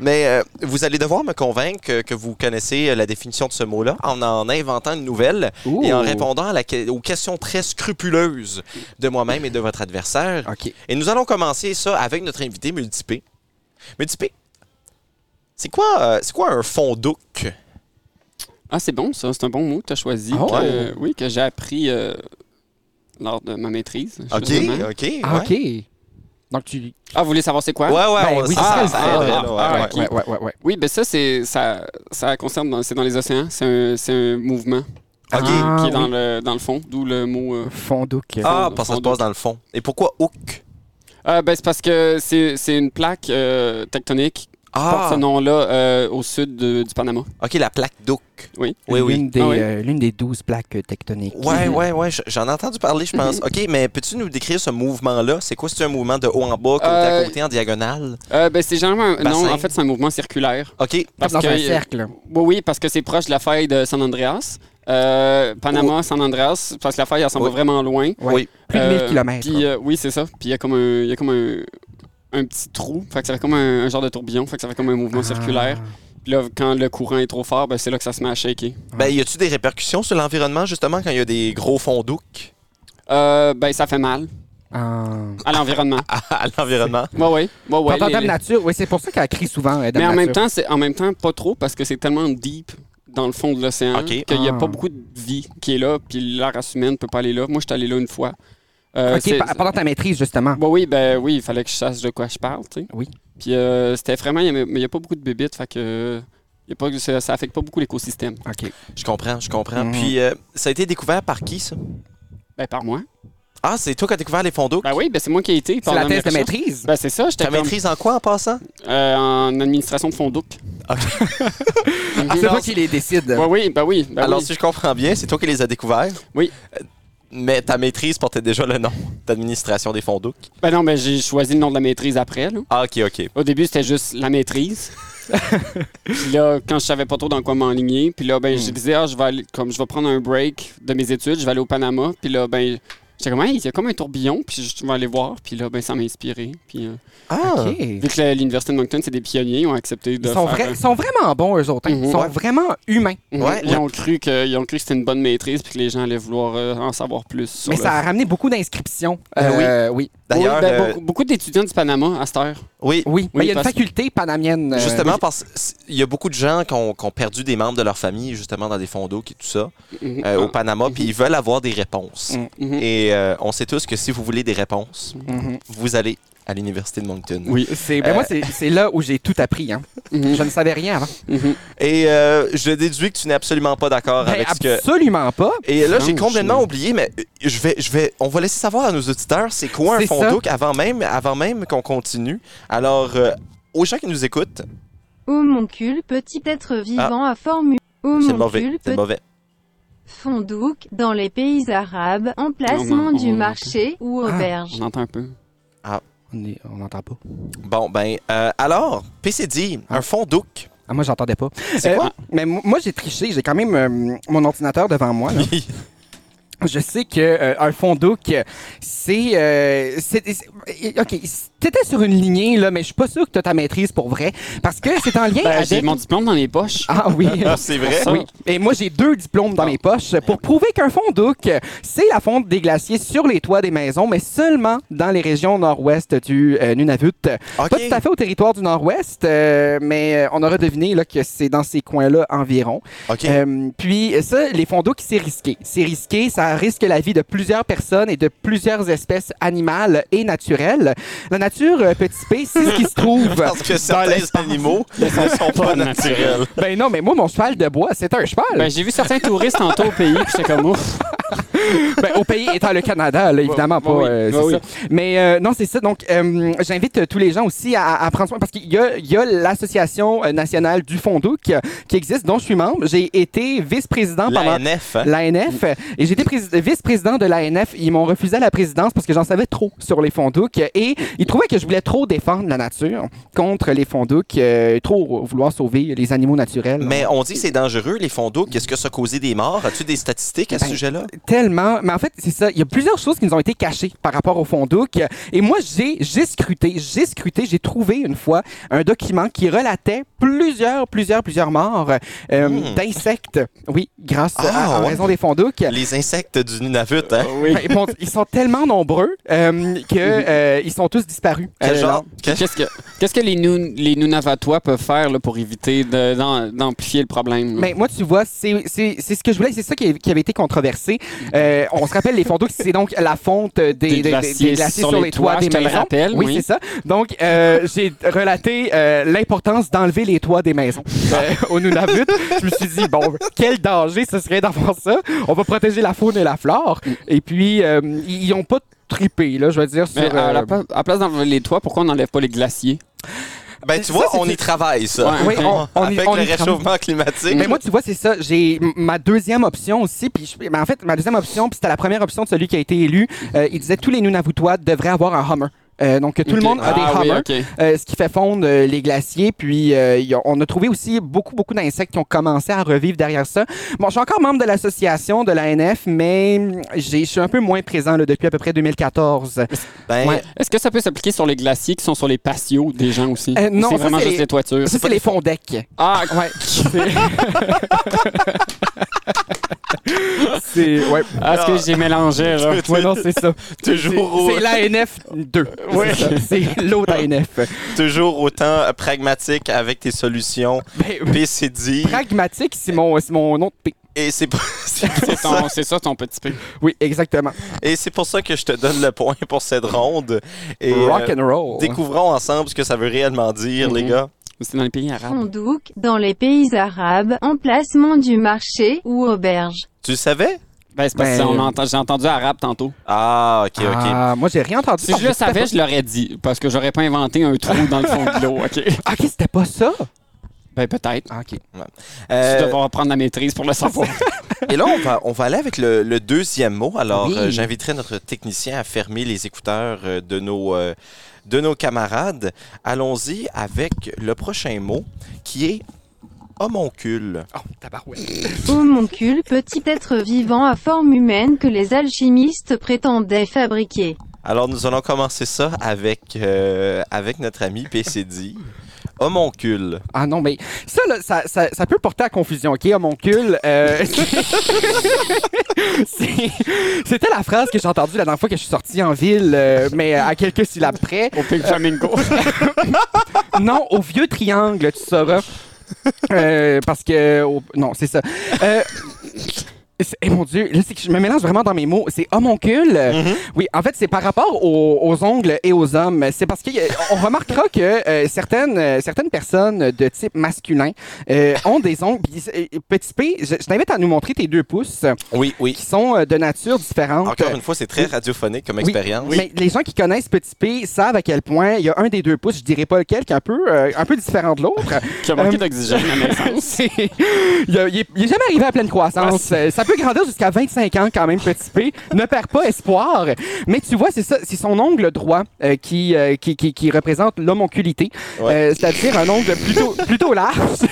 S1: Mais euh, vous allez devoir me convaincre que, que vous connaissez euh, la définition de ce mot-là en en inventant une nouvelle et en
S2: Ouh.
S1: répondant à la que- aux questions très scrupuleuses de moi-même et de votre adversaire.
S2: OK.
S1: Et nous allons commencer ça avec notre invité Multipé. Multipé, c'est quoi, euh, c'est quoi un fond d'ouk?
S3: <laughs> Ah, c'est bon, ça. C'est un bon mot que tu as choisi.
S2: Ah
S3: que-
S2: ouais.
S3: oui, que j'ai appris euh, lors de ma maîtrise.
S1: OK,
S3: justement.
S1: OK. Ouais,
S2: Ah, OK. Donc, tu.
S3: Ah, vous voulez savoir c'est quoi?
S1: ouais, ouais,
S2: Ben
S1: on-
S2: oui,
S1: ça,
S2: ça
S1: ça,
S2: serait le
S1: ça
S2: fun.
S1: aide, là, ouais,
S3: Ah,
S1: ouais.
S3: ok.
S2: Ouais, ouais, ouais, ouais.
S3: Oui, ben ça, c'est ça, ça concerne, dans- c'est dans les océans. C'est un, c'est un mouvement
S1: OK.
S2: Ah,
S3: qui est dans,
S2: oui.
S3: le, dans le fond, d'où le mot. euh.
S2: Fondouk.
S1: Ah,
S3: fond-
S1: parce que ça se
S3: fond
S1: passe dans le fond. Et pourquoi hook?
S3: Ah, ben, c'est parce que c'est c'est une plaque euh, tectonique qui porte
S1: Ah,
S3: ce nom-là euh, au sud de- du Panama.
S1: OK, la plaque d'ouk.
S3: Oui.
S1: Oui, oui.
S2: L'une des,
S3: Ah oui.
S2: euh, l'une des douze plaques euh, tectoniques.
S1: Ouais, ouais, ouais, j- j'en ai entendu parler, je
S2: <laughs>
S1: pense. OK, mais peux-tu nous décrire ce mouvement-là? C'est quoi? C'est un mouvement de haut en bas, côté à
S3: Euh,
S1: côté, en diagonale?
S3: Euh, ben, c'est généralement.
S1: Bassin.
S3: Non, en fait, c'est un mouvement circulaire.
S1: OK.
S2: Comme
S3: Parce
S2: dans
S3: que-
S2: Ah, un cercle.
S3: Oui, oui, parce que c'est proche de la faille de San Andreas. Euh, Panama, San Andreas, parce que la faille, elle s'en
S1: Oui.
S3: va vraiment loin.
S2: Ouais.
S1: Oui.
S2: Oh. Plus de
S3: Euh,
S2: 1000 km.
S3: Puis, euh, oui, c'est ça. Puis il y a comme un, il y a comme un, un petit trou. Fait que ça fait comme un, un genre de tourbillon. Fait que ça fait comme un mouvement
S2: Ah.
S3: circulaire. Puis là, quand le courant est trop fort, ben, c'est là que ça se met à shaker.
S1: Ben, y a-tu des répercussions sur l'environnement, justement, quand il y a des gros fonds d'ouk
S3: Euh, ben, ça fait mal
S2: euh,
S3: à l'environnement.
S1: <laughs>
S2: Ah.
S1: à l'environnement?
S3: Oui, oui. Ouais, ouais, les-
S2: Dame Nature, oui, c'est pour ça qu'elle crie souvent. euh, Dame
S3: Mais en même,
S2: Nature.
S3: temps, c'est, en même temps, pas trop, parce que c'est tellement deep dans le fond de l'océan
S1: Ok.
S3: qu'il n'y a
S2: Ah.
S3: pas beaucoup de vie qui est là, puis la race humaine ne peut pas aller là. Moi, je suis allé là une fois. Euh,
S2: OK,
S3: c'est-
S2: pa- pendant ta maîtrise, justement.
S3: Bah oui, ben oui, il fallait que je sache de quoi je parle, tu sais.
S2: Oui.
S3: Puis euh, c'était vraiment, il y avait- mais il n'y a pas beaucoup de bébites, fait que euh, il y a pas, ça, ça affecte pas beaucoup l'écosystème.
S2: OK.
S1: Je comprends, je comprends.
S3: Mhm.
S2: Mm.
S1: Puis, euh, ça a été découvert par qui, ça?
S3: Ben par moi.
S1: Ah, c'est toi qui as découvert les fonds d'eau?
S3: Ben oui, ben c'est moi qui ai été.
S2: C'est
S3: pendant
S2: la
S3: ma
S2: thèse de
S3: recherche.
S2: maîtrise.
S3: Ben c'est ça, j'étais
S1: Ta
S3: comme,
S1: maîtrise en quoi en passant?
S3: euh, en administration de fonds d'ouk.
S1: Ok.
S3: Mhm.
S2: <laughs> C'est toi qui les décide.
S3: Ben oui, ben oui, ben
S1: Alors,
S3: oui.
S1: si je comprends bien, c'est toi qui les as découverts?
S3: Oui.
S1: Euh, Mais ta maîtrise portait déjà le nom d'administration des fonds d'ouk?
S3: Ben non, ben j'ai choisi le nom de la maîtrise après, là.
S1: Ah, OK, OK.
S3: Au début, c'était juste la
S2: <laughs>
S3: maîtrise. puis là, quand je savais pas trop dans quoi m'enligner, puis là, ben, je
S2: Hmm.
S3: disais, ah, je vais aller- comme je vais prendre un break de mes études, je vais aller au Panama. Puis là, ben, j'étais comme, Hey, il y a comme un tourbillon, puis je vais aller voir. Puis là, ben, ça m'a inspiré. Puis euh,
S1: Ah!
S2: OK.
S3: vu que la- l'université de Moncton, c'est des pionniers, ils ont accepté de
S2: Ils sont,
S3: faire,
S2: vra-
S3: euh,
S2: ils sont vraiment bons, eux autres. hein. Ils
S3: Mhm.
S2: sont
S1: Ouais.
S2: vraiment humains.
S3: mhm,
S1: Ouais.
S3: ils ont cru que, ils ont cru que c'était une bonne maîtrise, puis que les gens allaient vouloir euh, en savoir plus. sur
S2: Mais
S3: le-
S2: ça a ramené beaucoup d'inscriptions.
S1: Euh,
S2: oui.
S3: Oui,
S1: D'ailleurs,
S3: ben,
S1: euh,
S3: beaucoup, beaucoup d'étudiants du Panama à cette heure.
S1: oui,
S2: Oui. Mais il y a une
S3: parce-
S2: faculté panamienne.
S3: ben,
S2: euh,
S1: Justement, parce qu'il y a beaucoup de gens qui ont, qui ont perdu des membres de leur famille, justement, dans des fonds d'eau et tout ça,
S3: Mhm.
S1: euh, au Panama, puis ils veulent avoir des réponses.
S2: Mm.
S3: Mhm.
S1: Et euh, on sait tous que si vous voulez des réponses,
S2: Mhm.
S1: vous allez à l'Université de Moncton.
S3: Oui.
S2: C'est, ben
S1: Euh,
S2: Moi, c'est, c'est là où j'ai tout appris. hein.
S3: Mhm.
S2: Je ne savais rien avant.
S3: Mhm.
S1: Et euh, je déduis que tu n'es absolument pas d'accord
S2: Ben,
S1: avec ce que.
S2: absolument pas.
S1: Et là, j'ai
S3: Non,
S1: complètement
S3: je-
S1: oublié, mais euh, je vais, je vais, on va laisser savoir à nos auditeurs c'est quoi un
S2: C'est
S1: fond
S2: ça.
S1: d'ouk avant même, avant même qu'on continue. Alors, euh, aux gens qui nous écoutent,
S9: Homoncule petit être vivant à forme
S1: Ah. c'est mauvais,
S9: homoncule
S1: c'est
S9: petit
S1: mauvais.
S9: fondouk dans les pays arabes, emplacement
S3: Non, non,
S9: du
S3: on-
S9: marché ou
S2: Ah.
S9: auberge.
S3: On entend un peu.
S2: On est- on n'entend pas.
S1: Bon, ben, euh, alors, PCD, un fond d'ouk,
S2: Ah, moi, j'entendais pas.
S1: c'est
S2: Euh,
S1: quoi?
S2: Mais mo- moi, j'ai triché. J'ai quand même euh, mon ordinateur devant moi. là. <laughs> Je sais que euh, un fond d'ouk, euh, c'est, euh, c'est- c'est- OK, t'étais sur une lignée là, mais je suis pas sûr que tu as ta maîtrise pour vrai parce que c'est en lien
S3: Ben,
S2: avec
S3: j'ai mon diplôme dans les poches.
S2: Ah
S3: <laughs>
S2: oui.
S1: Ah, c'est vrai?
S3: Ça.
S2: Oui. Et moi, j'ai deux diplômes
S1: Ah.
S2: dans mes poches pour prouver qu'un fond d'ouk, c'est la fonte des glaciers sur les toits des maisons, mais seulement dans les régions nord-ouest du euh, Nunavut.
S1: OK.
S2: Pas tout à fait au territoire du nord-ouest, euh, mais euh, on aurait deviné là, que c'est dans ces coins-là environ.
S1: OK.
S2: Euh, puis ça, les fonds d'eau qui c'est risqué. C'est risqué, ça risque la vie de plusieurs personnes et de plusieurs espèces animales et naturelles. La nature nature, euh, petit P, c'est ce qui se
S1: <laughs>
S2: trouve.
S1: Parce que certains animaux ne sont <laughs> pas naturels.
S2: Ben non, mais moi, mon cheval de bois, c'est un cheval.
S3: Ben, j'ai vu certains touristes tantôt au pays, puis j'étais comme ouf.
S2: Ben, au pays étant le Canada, là, évidemment,
S3: Ouais,
S2: pas.
S3: ouais,
S2: euh,
S3: Bah
S2: c'est
S3: oui, ouais,
S2: ça. Mais euh, non, c'est ça. Donc, euh, j'invite euh, tous les gens aussi à, à prendre soin parce qu'il y a, il y a l'Association euh, nationale du Fondouk qui, qui existe, dont je suis membre. J'ai été vice-président pendant.
S1: L'ANF, hein?
S2: L'ANF. euh, Et j'étais prés- vice-président de l'ANF. Ils m'ont refusé à la présidence parce que j'en savais trop sur les fondouks. Et ils trouvaient que je voulais trop défendre la nature contre les fondouks, euh, trop vouloir sauver les animaux naturels.
S1: Mais on dit que c'est dangereux, les fonds d'eau. Qu'est-ce que ça a causé des morts? As-tu des statistiques à ce
S2: Ben,
S1: sujet-là?
S2: tellement. Mais en fait, c'est ça. Il y a plusieurs choses qui nous ont été cachées par rapport au Fondouk. Et moi, j'ai, j'ai scruté, j'ai scruté, j'ai trouvé une fois un document qui relatait plusieurs, plusieurs, plusieurs morts euh,
S1: Hmm.
S2: d'insectes. Oui, grâce
S1: Ah,
S2: à, à
S1: ouais.
S2: raison des Fondouks.
S1: Les insectes du Nunavut,
S3: Euh,
S1: hein?
S2: Ben, ils font- ils sont tellement nombreux euh,
S1: <laughs>
S2: que euh, ils sont tous disparus.
S1: Quel
S2: Euh,
S1: genre? Quel-
S3: Qu'est-ce que, qu'est-ce que les, nou, les Nunavatois peuvent faire là, pour éviter de- d'en- d'amplifier le problème? là?
S2: Mais moi, tu vois, c'est c'est- c'est ce que je voulais, c'est ça qui, qui avait été controversé. Euh, on se rappelle les fondos, c'est donc la fonte des, des, des-
S3: glaciers
S2: des glaciers sur, les toits, des
S3: je te le
S2: maisons.
S3: rappelle,
S2: oui,
S3: oui.
S2: c'est ça. Donc, euh, j'ai relaté euh, l'importance d'enlever les toits des maisons euh,
S3: <laughs>
S2: au Nunavut. je me suis dit, bon, quel danger ce serait d'avoir ça. On va protéger la faune et la flore. Et puis, euh, ils n'ont pas trippé, là, je veux dire, sur...
S3: Mais Ben, à, la
S2: euh,
S3: pla- à place d'enlever les toits, pourquoi on n'enlève pas les glaciers?
S1: Ben, tu
S2: Ça,
S1: vois,
S2: c'est
S1: on
S2: que-
S1: y travaille, ça.
S3: Ouais,
S2: oui, on, on y-
S1: Avec
S2: on
S1: le
S2: y travaille.
S1: réchauffement climatique.
S2: Mais ben, moi, tu vois, c'est ça. J'ai m- ma deuxième option aussi. Puis je- mais en fait, ma deuxième option, puis c'était la première option de celui qui a été élu. euh, il disait tous les Nunavuttois devraient avoir un Hummer. Euh, donc, que tout le
S3: Ok.
S2: monde a
S3: Ah
S2: des
S3: oui,
S2: Hummers,
S3: ok.
S2: euh, ce qui fait fondre euh, les glaciers. Puis, euh, y a- on a trouvé aussi beaucoup, beaucoup d'insectes qui ont commencé à revivre derrière ça. Bon, je suis encore membre de l'association de l'ANF, mais mm, j'ai- je suis un peu moins présent là, depuis à peu près 2014.
S1: Ben,
S2: Ouais.
S3: Est-ce que ça peut s'appliquer sur les glaciers qui sont sur les patios des gens aussi?
S2: Euh, non,
S3: c'est
S2: ça,
S3: vraiment
S2: c'est
S3: juste
S2: les-
S3: les toitures.
S2: Ça, c'est les fonds deck.
S3: Ah,
S2: <laughs>
S3: <laughs>
S2: Ouais. C'est- c'est. <laughs> Ouais.
S3: Est-ce Ah, que
S2: <laughs>
S3: j'ai mélangé, là?
S2: Ouais, non, c'est ça.
S1: toujours, au-
S2: C'est l'ANF 2.
S1: Ouais.
S2: C'est ça. C'est l'autre ANF.
S1: toujours autant euh, pragmatique avec tes solutions.
S2: <laughs> Ben,
S1: PCD.
S2: pragmatique, c'est mon, c'est mon nom de P.
S1: Et c'est pour- <laughs> c'est
S3: C'est
S1: pour ça
S3: ton- c'est ça ton petit peu.
S2: Oui, exactement.
S1: Et c'est pour ça que je te donne le point pour cette ronde. Et euh,
S2: Rock and roll. Mm-hmm.
S1: découvrons ensemble ce que ça veut réellement dire, les
S3: Mhm.
S1: gars.
S3: C'est dans les pays
S1: Ah.
S2: Mm.
S3: arabes.
S9: Fondouk, dans les pays arabes, emplacement du marché ou auberge.
S1: Tu le savais?
S3: Ben, c'est parce
S2: Ben,
S3: que on entend- j'ai entendu arabe tantôt.
S1: Ah, ok, ok.
S2: Ah, moi, j'ai rien entendu.
S3: Si
S2: <laughs>
S3: je le savais, je l'aurais dit, parce que j'aurais pas inventé un trou dans le fond de l'eau, OK?
S2: Ah, OK, c'était pas ça.
S3: Ben, peut-être.
S2: Ah, OK. Ah,
S1: Euh,
S3: Tu devras prendre la maîtrise pour le savoir.
S1: et là, on va, on va aller avec le, le deuxième mot. Alors,
S2: Oui.
S1: euh, j'inviterai notre technicien à fermer les écouteurs euh, de nos, euh, de nos camarades. Allons-y avec le prochain mot qui est homoncule.
S2: Oh, tabarouette.
S9: Homoncule petit être vivant à forme humaine que les alchimistes prétendaient fabriquer.
S1: Alors, nous allons commencer ça avec, euh, avec notre ami PCD. Homoncule.
S2: Ah non, mais ça, là, ça, ça, ça peut porter à confusion, OK? Homoncule, euh... <laughs> c'est- C'était la phrase que j'ai entendue la dernière fois que je suis sorti en ville, euh, mais à quelques syllabes près.
S3: Au Pink Flamingo.
S2: <laughs> Non, au vieux triangle, tu sauras. Euh, parce que. au- non, c'est ça. Euh, c'est- eh, mon Dieu, là, c'est que je me mélange vraiment dans mes mots. C'est homoncule. Oui, en fait, c'est par rapport aux, aux ongles et aux hommes. C'est parce qu'on remarquera que euh, certaines, euh, certaines personnes de type masculin euh, ont des ongles. Puis, euh, Petit P, je, je t'invite à nous montrer tes deux pouces euh,
S1: Oui, oui.
S2: qui sont euh, de nature différente.
S1: Encore une fois, c'est très radiophonique comme
S2: Oui,
S1: expérience.
S2: Mais les gens qui connaissent Petit P savent à quel point il y a un des deux pouces, je dirais pas lequel, qui est un peu, euh, un peu différent de l'autre.
S3: Qui a
S2: Euh,
S3: manqué d'oxygène à naissance.
S2: C'est- il, a- il est, il est jamais arrivé à pleine
S3: Ah,
S2: croissance. Euh, Ça peut grandir jusqu'à 25 ans quand même, petit P. Ne perds pas espoir. Mais tu vois, c'est ça, c'est son ongle droit euh, qui, euh, qui, qui, qui représente l'homonculité.
S1: Ouais.
S2: Euh, C'est-à-dire un ongle plutôt, plutôt large. <laughs>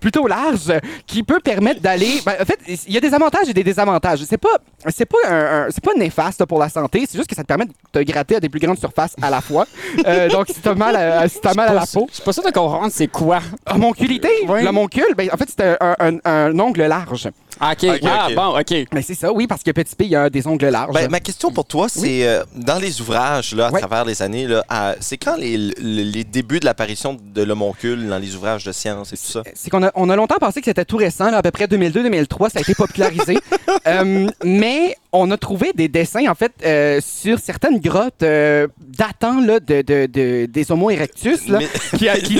S2: plutôt large qui peut permettre d'aller ben, en fait il y a des avantages et des désavantages c'est pas c'est pas un- un- c'est pas néfaste pour la santé c'est juste que ça te permet de te gratter à des plus grandes surfaces à la fois Euh, donc si t'as mal à, si t'as mal <laughs> à la peau
S3: Je suis
S2: Ah,
S3: pas sûr de comprendre c'est quoi.
S1: Euh,
S2: Homonculité? L'homoncule, ben, en fait, c'est un, un- un ongle large.
S3: Ah, OK.
S1: Ok,
S3: ah,
S1: ok.
S3: bon, OK.
S2: Mais c'est ça, oui, parce que Petit P, il a des ongles larges.
S1: Ben, ma question pour toi, c'est euh, dans les ouvrages là, à
S2: Ouais.
S1: travers les années, là, à- c'est quand les, les- les débuts de l'apparition de l'homoncule dans les ouvrages de science et tout ça?
S2: c'est qu'on a, on a longtemps pensé que c'était tout récent, là, à peu près 2002-2003, ça a
S1: <laughs>
S2: été popularisé. Euh, mais on a trouvé des dessins, en fait, euh, sur certaines grottes euh, datant là, de, de- de- des Homo erectus. Là,
S1: Mais-
S2: qui
S1: <laughs>
S2: a- qui-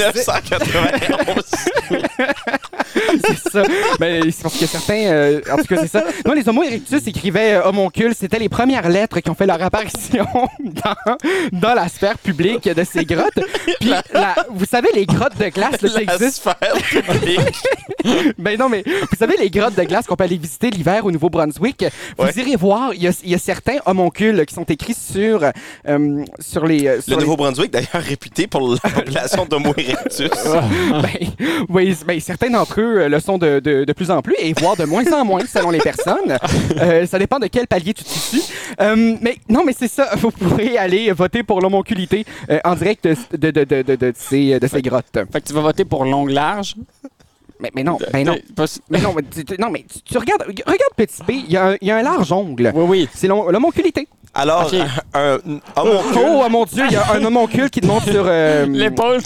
S1: 1991!
S2: <laughs> c'est ça. Ben, c'est parce que certains. euh, en tout cas, c'est ça. Non, les Homo erectus écrivaient euh, homoncule. C'était les premières lettres qui ont fait leur apparition <laughs> dans, dans la sphère publique de ces grottes. Puis, la- vous savez, les grottes de glace là, qui
S1: La
S2: existent.
S1: sphère publique.
S2: Ben non, mais vous savez, les grottes de glace qu'on peut aller visiter l'hiver au Nouveau-Brunswick, vous
S1: Ouais.
S2: irez voir, il y, a- il y a certains homoncules qui sont écrits sur, euh, sur les. euh,
S1: Le
S2: sur les-
S1: Nouveau-Brunswick, d'ailleurs, réputé pour la population d'Homo erectus. <laughs>
S2: Ben, oui, ben, certains d'entre eux euh, le sont de, de- de plus en plus et voire de moins en moins selon les personnes. Euh, ça dépend de quel palier tu te situes. Euh, mais non, mais c'est ça, <laughs> vous pourrez aller voter pour l'homonculité euh, en direct de, de, de, de, de ces, de ces grottes.
S3: Fait que tu vas voter pour l'ongle large.
S2: Mais, mais non, ben non.
S3: T'es pas s-
S2: Mais non, mais tu, tu- non, mais tu, tu regardes, regarde Petit P, il y, a un- il y a un large ongle.
S3: Oui, oui.
S2: C'est l'hom- l'homonculité.
S1: Alors,
S3: Ok.
S1: un, un homoncule,
S2: Oh, oh, mon Dieu, il y a un homoncule qui te monte sur. <laughs> euh,
S3: L'épaule.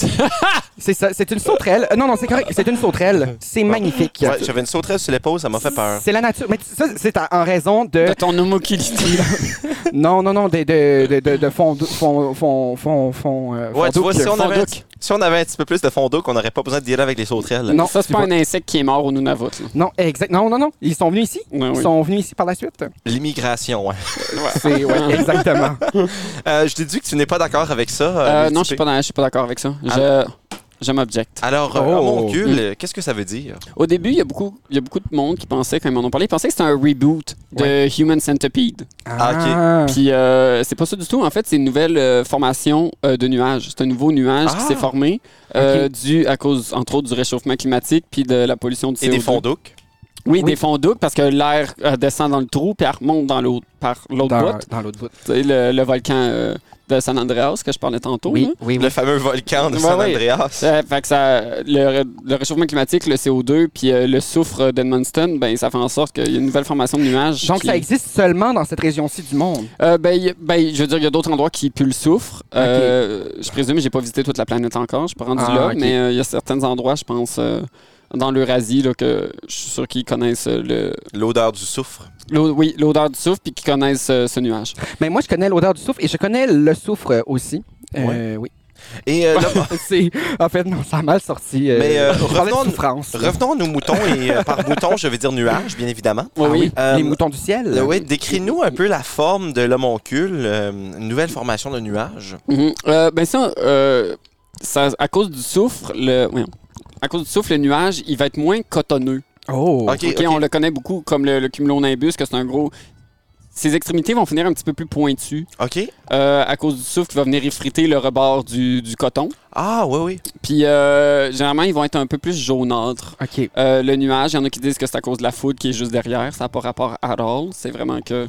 S2: c'est ça, c'est une sauterelle. Euh, non, non, c'est correct, c'est une sauterelle. C'est magnifique.
S1: Ouais, j'avais une sauterelle sur l'épaule, ça m'a fait peur.
S2: C'est la nature. Mais ça, c'est en- en raison
S1: <laughs>
S3: de
S2: de.
S3: ton homoculité. <laughs>
S2: Non, non, non, de, de, de, de, de fond. fond, fond, fond, fond, euh,
S1: Ouais, tu
S2: fondouk.
S1: vois, si on,
S3: fondouk.
S1: avait un, petit- si on avait un petit peu plus de fond d'eau, qu'on n'aurait pas besoin de dealer avec les sauterelles.
S2: Non,
S3: ça, c'est
S2: tu
S3: pas
S2: vois.
S3: un insecte qui est mort au Nunavut. là.
S2: Non, exact. Non, non, non. Ils sont venus ici.
S3: Ouais,
S2: Ils
S3: oui.
S2: sont venus ici par
S1: <laughs>
S2: la suite.
S1: L'immigration, ouais.
S2: C'est, ouais, exactement.
S1: Euh, je t'ai dit que tu n'es pas d'accord avec ça. euh,
S3: Euh,
S1: Petit
S3: non, je suis
S1: P.
S3: pas, dans- je suis pas d'accord avec ça.
S2: Ah.
S3: Je, je m'objecte.
S1: Alors, euh,
S2: Oh.
S1: homoncule, euh, qu'est-ce que ça veut dire?
S3: Au début, il y, a beaucoup, il y a beaucoup de monde qui pensait, quand ils m'en ont parlé, ils pensaient que c'était un reboot de Human Centipede.
S1: Ah,
S3: Puis euh, c'est pas ça du tout. En fait, c'est une nouvelle euh, formation euh, de nuages. C'est un nouveau nuage qui
S1: Ah!
S3: s'est formé euh, dû à cause, entre autres, du réchauffement climatique puis de la pollution du CO2.
S1: Et des fonds d'eau.
S3: Oui,
S2: Oui.
S3: des fonds d'eau parce que l'air euh, descend dans le trou puis elle remonte dans l'autre par l'autre
S2: Dans,
S3: bout.
S2: dans l'autre bout.
S3: Tu sais, Le, le volcan euh, de San Andreas que je parlais tantôt. là.
S2: Oui, oui, oui.
S1: Le fameux volcan de
S3: Ouais,
S1: San
S3: ouais.
S1: Andreas.
S3: Ça fait que ça, le, le réchauffement climatique, le CO2 puis euh, le soufre d'Edmundston, ben, ça fait en sorte qu'il y a une nouvelle formation de nuages.
S2: Donc,
S3: qui-
S2: ça existe seulement dans cette région-ci du monde.
S3: Euh, ben, y- ben, je veux dire, il y a d'autres endroits qui puent le soufre. Euh, je présume, j'ai pas visité toute la planète encore, je suis pas rendu
S2: Ah,
S3: là,
S2: ok.
S3: mais euh, il y a certains endroits, je pense, euh, dans l'Eurasie, là, que je suis sûr qu'ils connaissent euh, le,
S1: L'odeur du soufre.
S3: l'o- oui, l'odeur du soufre puis qu'ils connaissent euh, ce nuage.
S2: Mais moi, je connais l'odeur du soufre et je connais le soufre euh, aussi. Euh, Oui.
S1: Et euh, là,
S3: <laughs>
S2: <laughs> C'est- En fait, non, ça a mal sorti. euh,
S1: Mais, euh,
S2: on parlait de
S1: revenons-
S2: souffrance.
S1: revenons à nos moutons. Et euh, par moutons, je veux dire nuages, bien évidemment.
S2: Ah oui,
S1: Euh,
S2: les moutons du ciel.
S1: Euh, oui, décris-nous un peu la forme de l'homoncule, euh, une nouvelle formation de nuages.
S3: Mhm. Euh, ben ça, euh, ça- à cause du soufre, le, voyons. à cause du soufre, le nuage, il va être moins cotonneux.
S2: Oh.
S1: OK,
S3: Ok, On le connaît beaucoup comme le, le cumulonimbus, que c'est un gros. Ses extrémités vont finir un petit peu plus pointues
S1: OK.
S3: euh, à cause du soufre qui va venir effriter le rebord du, du coton.
S1: Ah, oui, oui.
S3: Puis euh, généralement, ils vont être un peu plus jaunâtres.
S2: OK.
S3: Euh, le nuage, il y en a qui disent que c'est à cause de la foudre qui est juste derrière. Ça n'a pas rapport à all. C'est vraiment que.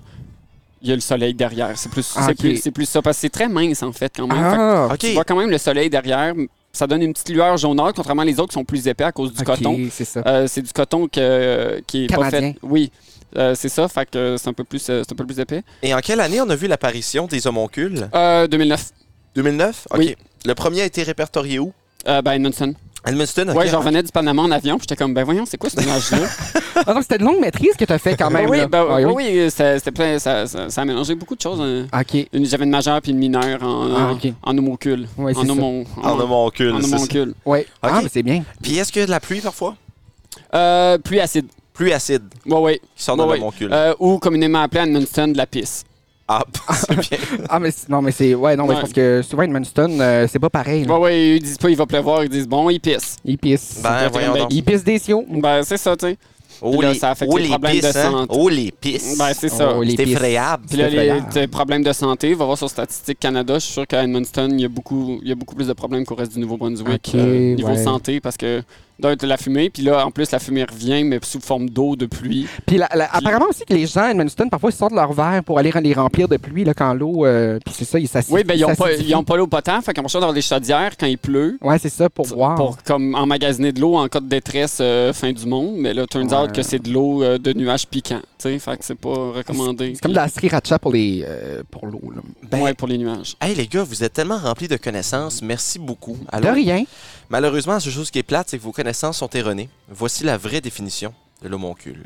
S3: Il y a le soleil derrière. C'est plus,
S2: Ah,
S3: c'est
S2: ok.
S3: plus, c'est plus ça. Parce que c'est très mince, en fait, quand même. Fait que
S2: Ah,
S1: OK.
S3: tu vois quand même le soleil derrière. Ça donne une petite lueur jaunâtre, contrairement les autres qui sont plus épais à cause du
S2: OK,
S3: coton.
S2: c'est ça.
S3: Euh, c'est du coton que- qui est pas
S2: Canadien.
S3: fait. Oui, Euh, c'est ça. Fait que c'est un peu plus, euh, c'est un peu plus épais.
S1: Et en quelle année on a vu l'apparition des homoncules?
S3: Euh, 2009,
S1: 2009? OK.
S3: Oui.
S1: Le premier a été répertorié où?
S3: euh, ben Edmondson.
S1: Edmundston, OK.
S3: Ouais, je revenais du Panama en avion, puis j'étais comme, ben voyons, c'est quoi ce
S2: <laughs>
S3: nuage-là?
S2: Ah, donc, c'était de longue maîtrise que tu as fait quand même.
S3: oui,
S2: là.
S3: ben,
S2: Ah,
S3: oui, oui, ça, c'était plein- ça, ça- ça a mélangé beaucoup de choses. hein.
S2: OK.
S3: Une- J'avais une majeure puis une mineure en,
S2: Ah, ok.
S3: en homocule.
S2: Ouais, c'est
S3: en
S2: ça.
S3: homo-
S1: En
S3: en-
S1: homoncule,
S3: en
S1: c'est ça.
S3: homoncule.
S2: Ouais. Ah, mais c'est bien.
S1: Puis est-ce qu'il y a de la pluie parfois?
S3: Euh, pluie acide.
S1: Pluie acide
S3: Ouais, ouais.
S1: qui sort de
S3: Ouais, ouais.
S1: l'homoncule.
S3: Euh, ou communément appelé à Edmundston de la pisse.
S1: Ah, <laughs> c'est
S3: <laughs>
S1: bien.
S2: Ah, mais c'est- non, mais c'est. Ouais, non, mais
S3: Ouais.
S2: parce que souvent, Edmundston, euh, c'est pas pareil. là.
S3: Ouais, ouais, ils disent pas il va pleuvoir, ils disent bon, il pisse.
S2: Il pisse.
S1: Ben, voyons donc.
S2: Il pisse des sioux.
S3: Ben, c'est ça, tu sais.
S1: Oh,
S3: Puis là,
S1: les,
S3: ça affecte
S1: oh,
S3: les
S1: les
S3: problèmes de
S1: pisses, hein?
S3: santé.
S1: Oh, les pisses.
S3: Ben, c'est ça.
S2: Oh, les
S1: c'est
S2: pisses.
S1: effrayable.
S3: Puis là,
S2: c'est
S3: les
S2: effrayant.
S3: tes problèmes de santé, va voir sur Statistique Canada. Je suis sûr qu'à Edmundston, il y a beaucoup, il y a beaucoup plus de problèmes qu'au reste du Nouveau-Brunswick
S2: Ok,
S3: euh, niveau
S2: ouais.
S3: santé parce que d'un, de la fumée, puis là, en plus, la fumée revient, mais sous forme d'eau de pluie.
S2: Puis la- la- apparemment aussi que les gens à Edmundston, parfois, ils sortent leur verre pour aller re- les remplir de pluie là, quand l'eau. euh, puis c'est ça, ils s'assient.
S3: Oui, ben, ils n'ont pas, ils ont pas l'eau potable, fait qu'on va dans des chaudières quand il pleut.
S2: Ouais, c'est ça, pour boire.
S3: Pour comme emmagasiner de l'eau en cas de détresse euh, fin du monde, mais là, turns out
S2: Ouais.
S3: que c'est de l'eau euh, de nuages piquants, tu sais, fait que c'est pas recommandé.
S2: C'est comme de la sriracha pour les euh, pour l'eau. là.
S1: Ben,
S3: Ouais, pour les nuages.
S1: Hey les gars, vous êtes tellement remplis de connaissances. Merci beaucoup.
S2: De
S1: Alors,
S2: rien.
S1: malheureusement, la seule chose qui est plate, c'est que vos connaissances sont erronées. Voici la vraie définition de l'homoncule.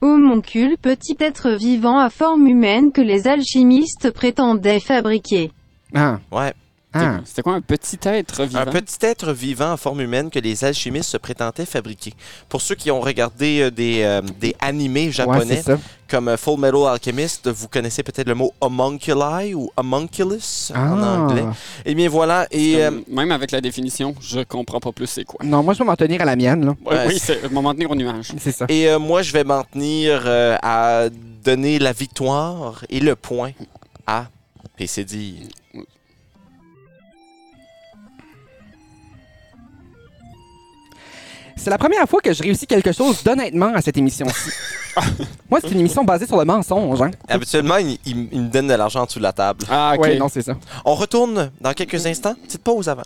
S9: Homoncule petit être vivant à forme humaine que les alchimistes prétendaient fabriquer.
S2: Ah,
S1: Ouais.
S2: ah.
S3: C'était quoi un petit être vivant?
S1: Un petit être vivant en forme humaine que les alchimistes se prétentaient fabriquer. Pour ceux qui ont regardé euh, des, euh, des animés
S2: Ouais,
S1: japonais
S2: c'est ça.
S1: comme euh, Full Metal Alchemist, vous connaissez peut-être le mot homunculi ou homunculus en
S2: Ah.
S1: anglais. Eh bien voilà, et euh,
S3: Comme, Même avec la définition, je comprends pas plus c'est quoi.
S2: Non, moi, je vais m'en tenir à la mienne. là.
S3: Ouais,
S1: Ouais,
S3: oui, Euh, c'est moment tenir au nuage.
S2: C'est ça.
S1: Et euh, moi, je vais m'en tenir euh, à donner la victoire et le point à PCD.
S2: C'est la première fois que je réussis quelque chose d'honnêtement à cette
S1: <laughs>
S2: émission-ci. moi, c'est une émission basée sur le mensonge. Hein.
S1: Habituellement, il, il- il me donne de l'argent en dessous de la table.
S3: Ah, ok. <laughs>
S2: Ouais, non, c'est ça.
S1: On retourne dans quelques instants. Petite pause avant.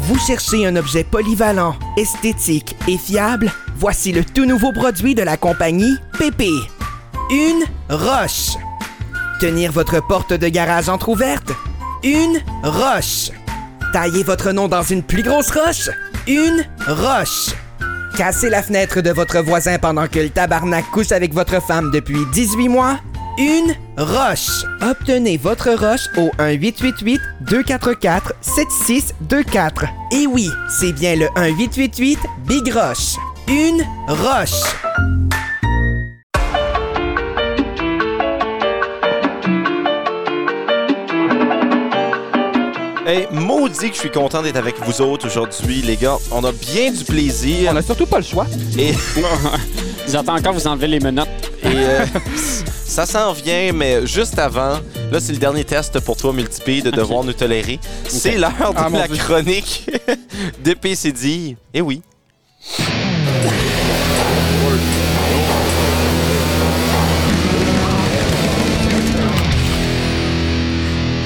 S4: Vous cherchez un objet polyvalent, esthétique et fiable? Voici le tout nouveau produit de la compagnie PP. Une roche. Tenir votre porte de garage entr'ouverte? Une roche. Tailler votre nom dans une plus grosse roche? Une roche. Casser la fenêtre de votre voisin pendant que le tabarnak couche avec votre femme depuis 18 mois? Une roche. Obtenez votre roche au 1-888-244-7624. Et oui, c'est bien le 1-888 Big Roche. Une roche.
S1: Hey, maudit que je suis content d'être avec vous autres aujourd'hui, les gars. On a bien du plaisir.
S2: On n'a surtout pas le choix.
S1: Et, et
S3: J'entends encore vous enlever les menottes.
S1: <laughs> euh, ça s'en vient, mais juste avant, là, c'est le dernier test pour toi, Multipi, de devoir nous tolérer. C'est l'heure de
S2: Ah, mon
S1: la
S2: Dieu.
S1: chronique <laughs> de PCD. Eh oui.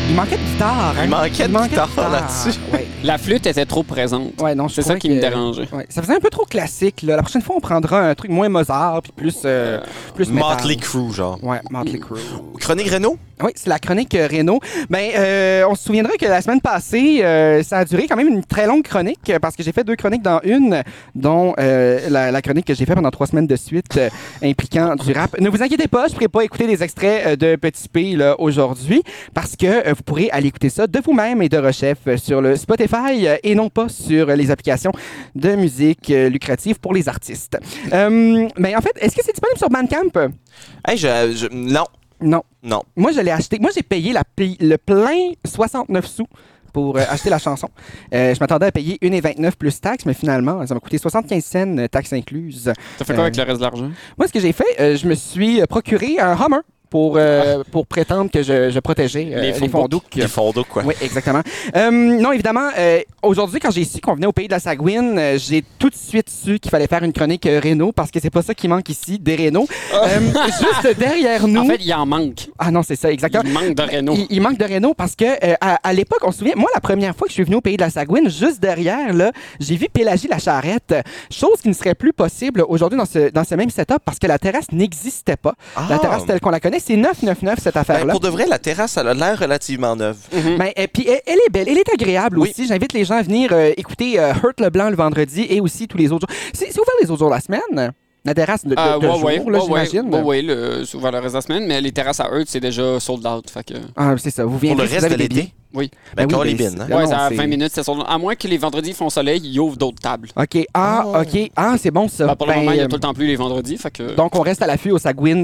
S2: Il manquait de guitare. hein.
S1: Il manquait de guitare là-dessus.
S2: Ouais.
S3: La flûte était trop présente.
S2: Ouais, non, je
S3: C'est ça
S2: trouvais
S3: qui me
S2: que-
S3: dérangeait.
S2: Ouais, ça faisait un peu trop classique. Là. La prochaine fois, on prendra un truc moins Mozart puis plus euh, plus métal.
S1: Motley Crue, genre.
S2: Ouais, Motley Crue.
S1: Chronique Renault?
S2: Oui, c'est la chronique euh, Renault. Ben, euh, on se souviendra que la semaine passée, euh, ça a duré quand même une très longue chronique euh, parce que j'ai fait deux chroniques dans une, dont euh, la, la chronique que j'ai faite pendant trois semaines de suite euh, impliquant du rap. Ne vous inquiétez pas, je ne pourrai pas écouter des extraits euh, de Petit P là, aujourd'hui parce que euh, vous pourrez aller écouter ça de vous-même et de Rechef euh, sur le Spotify euh, et non pas sur euh, les applications de musique euh, lucrative pour les artistes. Euh, ben, en fait, est-ce que c'est disponible sur Bandcamp?
S1: Hey, je, je- Non,
S2: Non.
S1: non.
S2: Moi, je l'ai acheté. Moi, j'ai payé la pi- le plein 69 sous pour euh, acheter la chanson. Euh, je m'attendais à payer 1,29 plus taxes, mais finalement, ça m'a coûté 75 cents, euh, taxes incluses.
S3: T'as fait quoi
S2: Euh,
S3: avec le reste de l'argent?
S2: Moi, ce que j'ai fait, euh, je me suis euh, procuré un Hummer pour, euh, pour prétendre que je, je protégeais euh,
S3: Ah.
S2: les
S3: Les fonds
S2: fonds
S3: d'eau.
S2: d'eau.
S1: Ils font d'eau, quoi.
S2: Oui, exactement. Euh, non, évidemment, euh, aujourd'hui, quand j'ai su qu'on venait au pays de la Sagouine, euh, j'ai tout de suite su qu'il fallait faire une chronique euh, Renault parce que c'est pas ça qui manque ici, des Renault. Euh, juste derrière nous.
S3: Ah. En fait, il en manque.
S2: ah non, c'est ça, exactement.
S3: Il manque de Renault.
S2: Il, il manque de Renault parce que euh, à, à l'époque, on se souvient, moi, la première fois que je suis venu au pays de la Sagouine, juste derrière, là, j'ai vu Pélagie la charrette. Chose qui ne serait plus possible aujourd'hui dans ce, dans ce même setup parce que la terrasse n'existait pas.
S1: Ah.
S2: La terrasse telle qu'on la connaît, c'est 999 cette
S1: Ben,
S2: affaire-là.
S1: pour de vrai, la terrasse, elle a l'air relativement neuve.
S2: Mais, euh, puis elle, elle est belle, elle est agréable
S1: Oui.
S2: aussi. J'invite les gens à venir euh, écouter euh, Hurt le Blanc le vendredi et aussi tous les autres jours. C'est c'est ouvert les autres jours de la semaine? La terrasse de, de,
S3: Ah,
S2: de
S3: ouais,
S2: jour,
S3: ouais,
S2: là,
S3: ouais, ouais,
S2: j'imagine.
S3: ouais, ouais, le, souvent le reste de la semaine, mais les terrasses à eux, c'est déjà sold out. Fait que,
S2: Ah, c'est ça. Vous
S1: Pour le
S2: viendrez si vous
S1: reste de
S2: avez des
S1: l'été?
S2: billets.
S3: oui.
S1: Ben,
S2: Ben oui,
S1: call les
S2: mais
S1: bines,
S2: c'est-
S1: hein.
S2: Ah
S3: ouais,
S2: non,
S3: c'est à
S2: c'est-
S3: 20 minutes, c'est sold out. À moins que les vendredis font soleil, ils ouvrent d'autres tables.
S2: OK. Ah, OK. Ah, c'est bon ça.
S3: Ben, pour le
S2: Ben,
S3: moment, il y a
S2: euh,
S3: tout le temps plus les vendredis. Fait que,
S2: Donc, on reste à l'affût au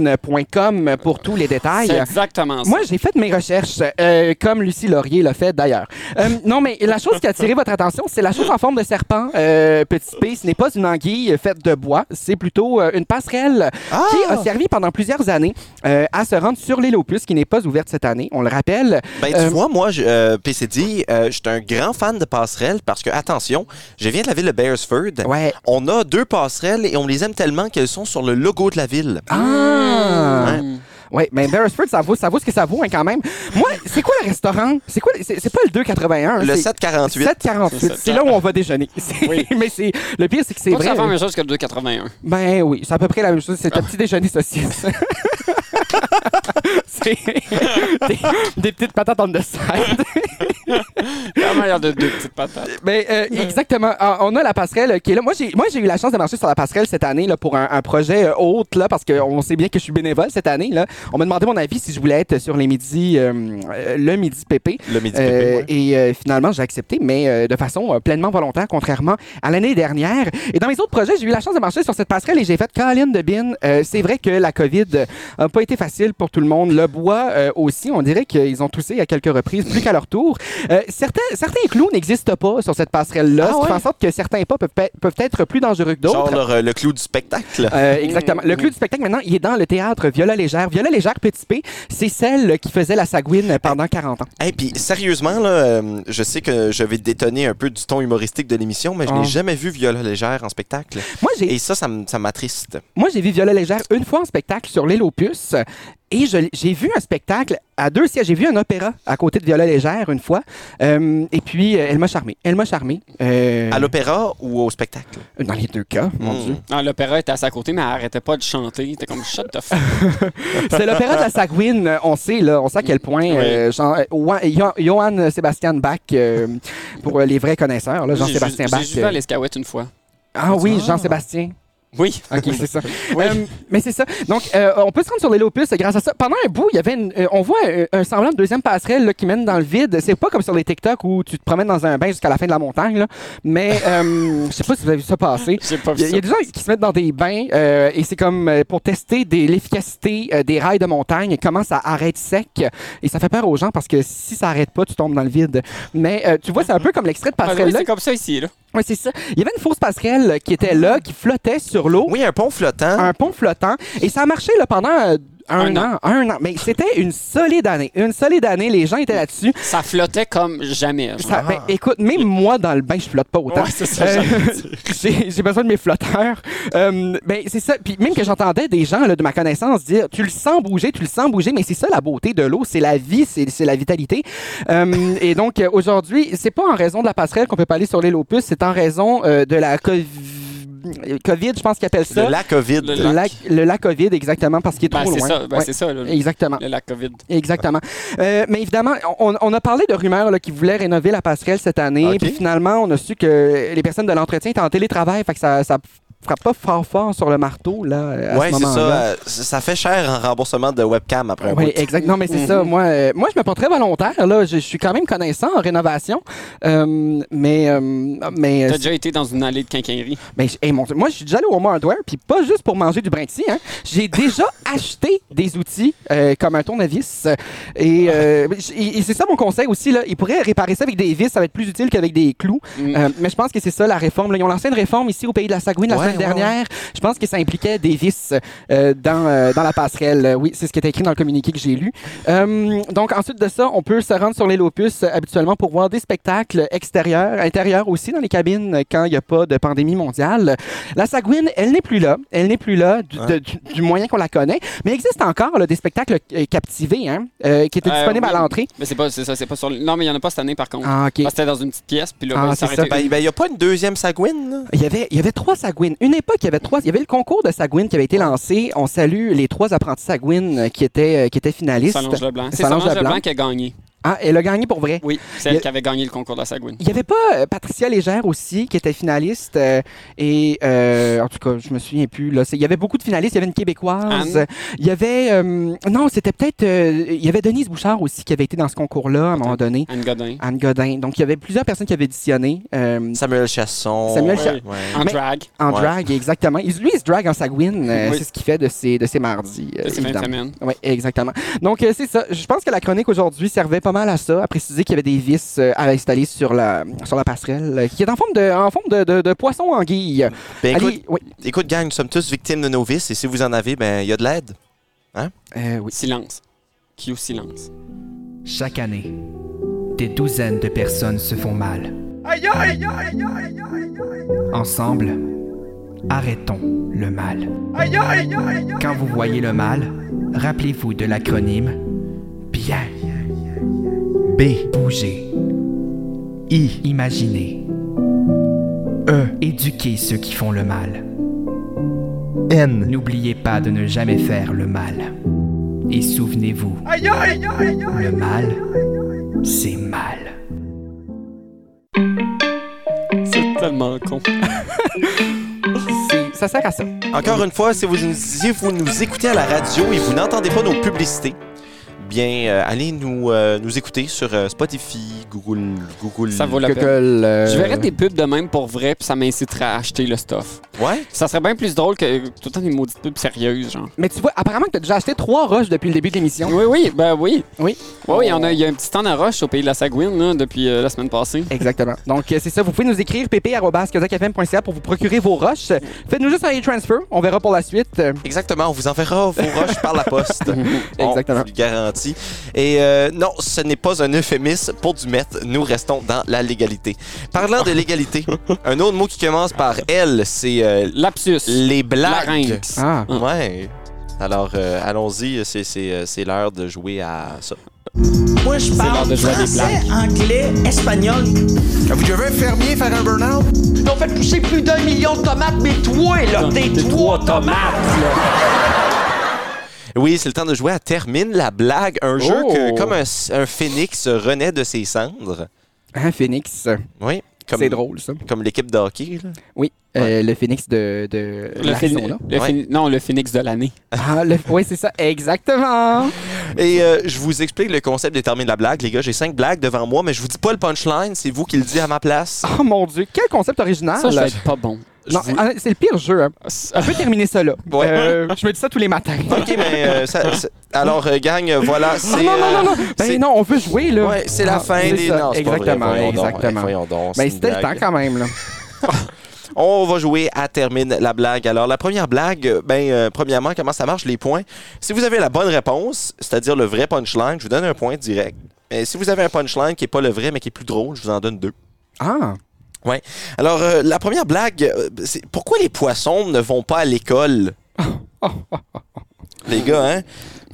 S2: sagouine.com pour tous les détails.
S3: c'est exactement ça.
S2: Moi, j'ai fait mes recherches, euh, comme Lucie Laurier l'a fait d'ailleurs. Euh, non, mais la chose qui a attiré votre attention, c'est la chose en forme de serpent. Euh, petit P, ce n'est pas une anguille faite de bois, c'est plutôt euh, une passerelle qui a servi pendant plusieurs années euh, à se rendre sur l'île aux puces, qui n'est pas ouverte cette année, on le rappelle.
S1: Ben, tu
S2: Euh,
S1: vois, moi, je, euh, euh, PCD, euh, je suis un grand fan de passerelles parce que, attention, je viens de la ville de Beresford.
S2: Ouais.
S1: On a deux passerelles et on les aime tellement qu'elles sont sur le logo de la ville.
S2: Ah!
S1: Ouais.
S2: Ouais, mais Beresford, ça vaut, ça vaut ce que ça vaut hein, quand même. Moi, c'est quoi le restaurant? C'est quoi? le- C'est c'est pas le 2,81.
S1: Le
S2: c'est-
S1: 748.
S2: 7,48. C'est là où on va déjeuner. <laughs> C'est-
S3: Oui.
S2: mais c'est le pire, c'est que c'est
S3: Pas que
S2: vrai.
S3: ça fait la même chose que le 281.
S2: Ben oui, c'est à peu près la même chose. C'est un petit déjeuner saucisse. <laughs> C'est des, des petites patates en side.
S3: <laughs> La manière de deux petites patates.
S2: Ben, euh, <laughs> exactement. Ah, On a la passerelle qui est là. Moi, j'ai, moi, j'ai eu la chance de marcher sur la passerelle cette année là, pour un, un projet euh, haute, là, parce qu'on sait bien que je suis bénévole cette année. Là. On m'a demandé mon avis si je voulais être sur les midis, euh, euh, le midi pépé.
S1: Le midi
S2: Euh,
S1: pépé, ouais.
S2: Et euh, finalement, j'ai accepté, mais euh, de façon euh, pleinement volontaire, contrairement à l'année dernière. Et dans mes autres projets, j'ai eu la chance de marcher sur cette passerelle et j'ai fait Caroline de Bin. euh, c'est vrai que la COVID n'a pas été facile pour tout le monde. Le bois euh, aussi, on dirait qu'ils ont toussé à quelques reprises, plus qu'à leur tour. Euh, certains, certains clous n'existent pas sur cette passerelle-là,
S1: Ah
S2: ce qui fait
S1: ouais?
S2: en sorte que certains pas peuvent, pe- peuvent être plus dangereux que d'autres.
S1: Genre leur, euh, le clou du spectacle.
S2: Euh, exactement. Le clou du spectacle, maintenant, il est dans le théâtre Viola Légère. Viola Légère, petit P, c'est celle qui faisait la sagouine pendant 40 ans.
S1: Et puis sérieusement, là, euh, je sais que je vais détonner un peu du ton humoristique de l'émission, mais je
S2: Oh.
S1: n'ai jamais vu Viola Légère en spectacle.
S2: Moi, j'ai
S1: Et ça, ça m- ça m'attriste.
S2: Moi, j'ai vu Viola Légère une fois en spectacle sur l'île aux puces. Et je l'ai- j'ai vu un spectacle à deux sièges. J'ai vu un opéra à côté de Viola Légère une fois. Euh, et puis, euh, elle m'a charmé. Elle m'a charmé. Euh,
S1: À l'opéra ou au spectacle?
S2: dans les deux cas, mon
S1: Mm.
S2: Dieu.
S3: Non, Ah, l'opéra était à sa côté, mais elle arrêtait pas de chanter. T'es comme shut the fuck.
S2: C'est l'opéra de la Sagouine. euh, On sait, là, on sait à quel point euh, Jean- euh, Wa- Yo- Johann Sébastien Bach, euh, pour euh, les vrais connaisseurs, là,
S3: J'ai
S2: Jean-Sébastien
S3: ju-
S2: Bach.
S3: J'ai juste vu
S2: euh,
S3: à l'escouette une fois.
S2: Ah oui, Jean-Sébastien.
S3: <laughs> Oui.
S2: <laughs> OK, c'est ça. Euh, mais c'est ça. Donc, euh, on peut se rendre sur les Lopus grâce à ça. Pendant un bout, il y avait une- euh, on voit euh, un, semblant de deuxième passerelle là, qui mène dans le vide. C'est pas comme sur les TikTok où tu te promènes dans un bain jusqu'à la fin de la montagne. là. Mais euh,
S3: <laughs>
S2: je sais pas si vous avez vu ça passer.
S3: J'ai pas
S2: Il y,
S3: vu
S2: a- il
S3: ça.
S2: y a des gens qui se mettent dans des bains euh, et c'est comme euh, pour tester des- l'efficacité euh, des rails de montagne, comment ça arrête sec. Et ça fait peur aux gens parce que si ça arrête pas, tu tombes dans le vide. Mais euh, tu vois, c'est un peu comme l'extrait de
S3: Ah, oui,
S2: passerelle. là.
S3: c'est comme ça ici, là.
S2: Ouais, c'est ça. Il y avait une fausse passerelle qui était là, qui flottait sur l'eau
S1: Oui, un pont flottant.
S2: un pont flottant. Et ça a marché là, pendant euh, un,
S3: Ah. Un
S2: an. un an. Mais c'était une solide année. Une solide année. Les gens étaient là-dessus.
S3: Ça flottait comme jamais. genre.
S2: Ça- ben, écoute, même moi, dans le bain, je flotte pas autant.
S3: Ah. Ouais, c'est ça,
S2: Euh,
S3: j'allais
S2: <laughs> j'ai j'ai besoin de mes flotteurs. Euh, ben, c'est ça. Puis même que j'entendais des gens là, de ma connaissance dire Tu le sens bouger, tu le sens bouger, mais c'est ça la beauté de l'eau, c'est la vie, c'est c'est la vitalité. Euh, et donc, euh, aujourd'hui, c'est pas en raison de la passerelle qu'on peut pas aller sur l'île aux puces, c'est en raison euh, de la COVID, COVID, je pense qu'ils appellent ça.
S1: Le lac COVID.
S3: Le
S2: Le lac, le lac COVID, exactement, parce qu'il est
S3: Ben,
S2: trop
S3: c'est
S2: loin.
S3: ça, ben,
S2: Ouais,
S3: c'est ça, là, le-
S2: Exactement.
S3: la COVID.
S2: Exactement. Euh, mais évidemment, on, on a parlé de rumeurs là, qui voulaient rénover la passerelle cette année.
S1: Ok.
S2: Puis finalement, on a su que les personnes de l'entretien étaient en télétravail. Fait que ça, ça frappe pas fort fort sur le marteau là, à
S1: Ouais,
S2: ce
S1: c'est
S2: moment-là.
S1: ça. euh, c- ça fait cher en remboursement de webcam
S3: euh,
S1: après un
S2: Oui,
S1: bout.
S2: exact. Non, mais c'est ça.
S3: Mhm.
S2: Moi, euh, moi, je me porte très volontaire. Là. Je, je suis quand même connaissant en rénovation. Euh, mais, euh, mais,
S3: T'as déjà été dans une allée de quincaillerie.
S2: mais Ben, je- hey, mon Dieu, moi, je suis déjà allé au Hardware, puis pas juste pour manger du brin de scie, hein. J'ai déjà <laughs> acheté des outils euh, comme un tournevis. Et, euh, j- et- et c'est ça mon conseil aussi. Là. Ils pourraient réparer ça avec des vis, ça va être plus utile qu'avec des clous.
S3: Mm.
S2: Euh, mais je pense que c'est ça la réforme. là. Ils ont lancé une réforme ici au pays de la Sagouine la
S1: Ouais,
S2: semaine
S1: ouais,
S2: dernière. Je pense que ça impliquait des vis euh, dans, euh, dans la passerelle. Euh, Oui, c'est ce qui était écrit dans le communiqué que j'ai lu. Euh, donc, ensuite de ça, on peut se rendre sur les Lopus euh, habituellement pour voir des spectacles extérieurs, intérieurs aussi dans les cabines euh, quand il n'y a pas de pandémie mondiale. La Sagouine, elle n'est plus là. Elle n'est plus là du,
S1: Hein?
S2: de- du- du moyen qu'on la connaît. Mais il existe encore là, des spectacles euh, captivés hein, euh, qui étaient
S3: Euh,
S2: disponibles
S3: oui.
S2: à l'entrée.
S3: Mais c'est pas, c'est ça, c'est pas sur. le- Non, mais il y en a pas cette année par contre.
S2: Ah, OK.
S3: Parce que c'était dans une petite pièce, puis là,
S2: Ah,
S3: ben,
S2: c'est
S3: ça aurait
S2: ça.
S3: été-
S1: Ben, il n'y a pas une deuxième sagouine, là?
S2: Il y, avait, il y avait trois Sagouines. Une époque, il y avait trois. Il y avait le concours de Sagouine qui avait été lancé. On salue les trois apprentis Sagouines euh, qui étaient, euh, qui étaient finalistes.
S3: Solange Leblanc. C'est
S2: Solange
S3: Solange Leblanc
S2: Leblanc
S3: qui a gagné.
S2: Ah, elle a gagné pour vrai.
S3: Oui, c'est
S2: Il y
S3: elle
S2: a-
S3: qui avait gagné le concours de la Sagouine.
S2: Il n'y avait pas euh, Patricia Légère aussi, qui était finaliste. euh, et euh, en tout cas, je me souviens plus. Là, C'est- il y avait beaucoup de finalistes. Il y avait une Québécoise.
S3: Anne.
S2: Il y avait. euh, non, c'était peut-être. euh, il y avait Denise Bouchard aussi qui avait été dans ce concours-là à un moment donné.
S3: Anne Godin.
S2: Anne Godin. Donc, il y avait plusieurs personnes qui avaient éditionné euh,
S1: Samuel Chasson.
S2: Samuel
S1: Ouais,
S2: Chasson.
S1: ouais.
S3: En
S2: Ah, Mais- euh,
S3: drag.
S2: en
S1: Ouais.
S2: drag, exactement. Il- Lui, il se drag en sagouine. euh,
S3: Oui.
S2: C'est ce qu'il fait de ses, de ses mardis. euh,
S3: de ces mêmes
S2: évidemment.
S3: semaines.
S2: Oui, exactement. Donc, euh, c'est ça. Je pense que la chronique aujourd'hui servait pas mal à ça, à préciser qu'il y avait des vis euh, à installer sur la, sur la passerelle, euh, qui est en forme de, en forme de, de, de poisson anguille.
S1: Ben, écoute,
S2: Allez, oui.
S1: écoute, gang, nous sommes tous victimes de nos vices et si vous en avez, ben, il y a de l'aide.
S2: Euh, oui.
S3: Silence. Q silence.
S5: Chaque année, des douzaines de personnes se font mal. Ensemble, arrêtons le mal. Quand vous voyez le mal, rappelez-vous de l'acronyme BIEN. B. Bouger. I. Imaginer. E. Éduquer ceux qui font le mal. N. N'oubliez pas de ne jamais faire le mal. Et souvenez-vous, le mal, c'est mal.
S3: C'est tellement con.
S2: C'est- Ça sert à ça.
S1: Encore une fois, si vous, nous- si vous nous écoutez à la radio et vous n'entendez pas nos publicités, bien, euh, allez nous, euh, nous écouter sur euh, Spotify, Google, Google.
S3: Ça vaut la peine.
S2: Google, euh,
S3: Je verrais des pubs de même pour vrai, puis ça m'inciterait à acheter le stuff.
S1: Ouais?
S3: Ça serait bien plus drôle que euh, tout le temps des maudites pubs sérieuses, genre.
S2: Mais tu vois, apparemment que t'as déjà acheté trois roches depuis le début de l'émission.
S3: Oui, oui, ben oui.
S2: Oui.
S3: Ouais, oui, il y en a, il y a un petit temps d'arroche au pays de la Sagouine, là, depuis euh, la semaine passée.
S2: Exactement. Donc, euh, c'est ça. Vous pouvez nous écrire pp.kazakfm.ca pour vous procurer vos roches. Faites-nous juste un e-transfer. On verra pour la suite. Euh,
S1: Exactement, on vous enverra vos
S2: <laughs>
S1: roches par la poste. On
S2: Exactement.
S1: vous le garantit. Et euh, non, ce n'est pas un euphémisme pour du maître. Nous restons dans la légalité. Parlant
S2: Ah.
S1: de légalité, un autre mot qui commence par L, c'est euh,
S3: Lapsus.
S1: les blagues.
S3: Larynx.
S2: Ah.
S1: Ouais. Alors, euh, allons-y, c'est- c'est euh, c'est l'heure de jouer à ça.
S10: Moi, je
S3: l'heure
S10: parle
S3: de jouer à des
S10: français, anglais, espagnol. Vous devez un fermier faire un burn-out? Ils ont fait pousser plus d'un million de tomates, mais toi, là, t'es trois tomates!
S1: Oui, c'est le temps de jouer à Termine la blague, un jeu
S3: Oh.
S1: que, comme un, un phénix renaît de ses cendres.
S2: Hein, Phoenix.
S1: Oui. Comme,
S2: C'est drôle, ça.
S1: Comme l'équipe de hockey. là.
S2: Oui. Euh, le Phoenix de, de
S3: Le
S2: la
S3: phéni-
S2: sauna.
S3: le
S1: Ouais.
S3: phéni- Non, le phénix de l'année.
S2: Ah, le- oui, c'est ça. Exactement.
S1: Et euh, je vous explique le concept de Termine la blague. Les gars, j'ai cinq blagues devant moi, mais je vous dis pas le punchline, c'est vous qui le dites à ma place.
S2: Oh mon Dieu. Quel concept original. Euh,
S3: Ça, je vais être pas bon.
S2: Ah, Non, ah, c'est le pire jeu. hein. On peut terminer ça là.
S1: Ouais.
S2: Euh, je me dis ça tous les matins.
S1: OK, mais euh, ça- ça- alors, euh, gang, euh, voilà, <laughs> c'est.
S2: Non, non, non,
S1: euh,
S2: non, non.
S1: c'est-
S2: Ben non, on veut jouer, là.
S1: Ouais, c'est la
S2: Ah,
S1: fin
S2: c'est
S1: des.
S2: ça.
S1: Non, c'est pas vrai,
S2: Exactement,
S1: voyons donc,
S2: exactement.
S1: hein, voyons donc, c'est
S2: Ben,
S1: une
S2: c'était le temps
S1: blague.
S2: quand même, là.
S1: On va jouer à Termine la blague. Alors, la première blague, ben, euh, premièrement, comment ça marche, les points? Si vous avez la bonne réponse, c'est-à-dire le vrai punchline, je vous donne un point direct. Mais si vous avez un punchline qui n'est pas le vrai, mais qui est plus drôle, je vous en donne deux.
S2: Ah,
S1: Alors, euh, la première blague, euh, c'est pourquoi les poissons ne vont pas à l'école?
S2: Oh,
S1: les gars, hein?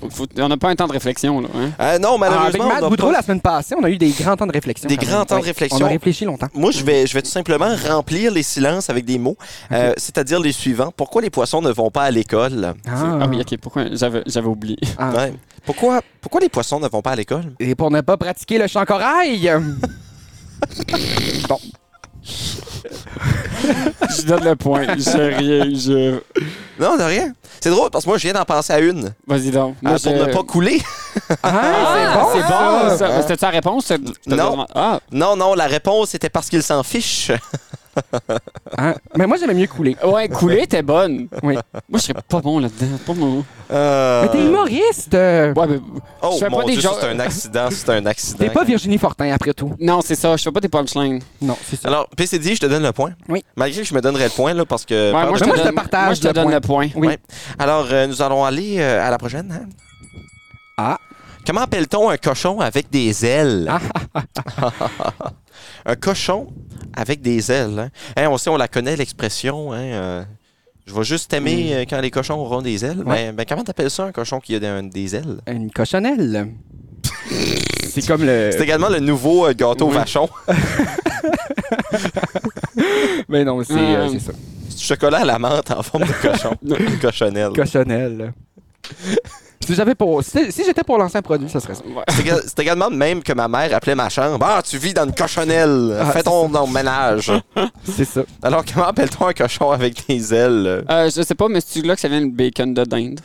S3: Faut- faut- On n'a pas un temps de réflexion, là. Hein?
S1: Euh, non,
S2: Ah, avec
S1: malheureusement,
S2: Matt
S1: on n'a
S2: Boudreau,
S1: pas-
S2: la semaine passée, on a eu des grands temps de réflexion.
S1: Des
S2: quand
S1: grands
S2: même.
S1: temps de
S2: Ouais.
S1: réflexion.
S2: On a réfléchi longtemps.
S1: Moi, je vais, je vais tout simplement remplir les silences avec des mots, euh, c'est-à-dire les suivants. Pourquoi les poissons ne vont pas à l'école?
S2: Ah,
S3: Ah oui, ok, pourquoi j'avais j'avais oublié.
S2: Ah.
S1: Ouais. Pourquoi, pourquoi les poissons ne vont pas à l'école?
S2: Et pour ne pas pratiquer le chant corail. Hein? bon,
S3: je donne le point. <laughs> Je rien, je.
S1: Non, de rien. C'est drôle parce que moi, je viens d'en penser à une.
S3: Vas-y donc.
S1: Ah, pour ne pas couler. <laughs>
S2: Ah, c'est bon,
S3: Ah,
S2: ça.
S3: c'est bon. ça. C'était ta réponse? ça?
S1: Non.
S3: Ah,
S1: Non, non, la réponse c'était parce qu'il s'en fiche.
S2: Hein? Mais moi, j'aimais mieux couler.
S3: ouais, couler, t'es bonne.
S2: Oui.
S3: Moi, je serais pas bon là-dedans. Pas moi.
S1: Euh,
S2: Mais t'es humoriste. euh,
S3: Ouais, mais.
S1: Oh
S3: je fais
S1: mon
S3: pas des
S1: Dieu, ça,
S3: jokes.
S1: c'est un accident, c'est un accident.
S2: <laughs> T'es pas Virginie Fortin, après tout.
S3: Non, c'est ça. Je fais pas des punchlines.
S2: Non, c'est ça.
S1: Alors, PCD, je te donne le point.
S2: Oui.
S1: Malgré que je me donnerais le point, là, parce que.
S3: Ouais, moi, je
S2: Euh,
S3: te,
S2: moi, je te
S3: donne,
S2: partage
S3: moi, je te
S2: le
S3: donne
S2: point.
S3: le point.
S2: Oui.
S1: Ouais. Alors, euh, nous allons aller euh, à la prochaine. hein?
S2: Ah.
S1: Comment appelle-t-on un cochon avec des ailes?
S2: Ah,
S1: <laughs> un cochon avec des ailes. hein. Hein, on sait, on la connaît, l'expression. hein, euh, je vais juste aimer euh, quand les cochons auront des ailes.
S2: Ouais. Euh,
S1: Mais mais comment t'appelles ça, un cochon qui a des- des ailes? <laughs>
S2: Une cochonnelle. c'est comme le.
S1: C'est également le nouveau euh, gâteau
S3: oui.
S1: vachon. <laughs>
S2: Mais non, c'est euh,
S1: Mm.
S3: Hum.
S2: c'est ça.
S1: C'est du chocolat à la menthe en forme de
S2: <laughs>
S1: cochon. Une cochonnelle.
S2: Cochonnelle. si j'avais pour. Si, si j'étais pour lancer un produit, ça serait ça.
S3: Ouais.
S1: C'est éga- c'est également le même que ma mère appelait ma chambre. Ah, tu vis dans une cochonnelle.
S2: Ah,
S1: Fais ton ton ménage.
S2: C'est ça.
S1: Alors, comment appelle-t-on un cochon avec des ailes?
S3: Euh, je sais pas, mais c'est là que ça vient le bacon de dinde.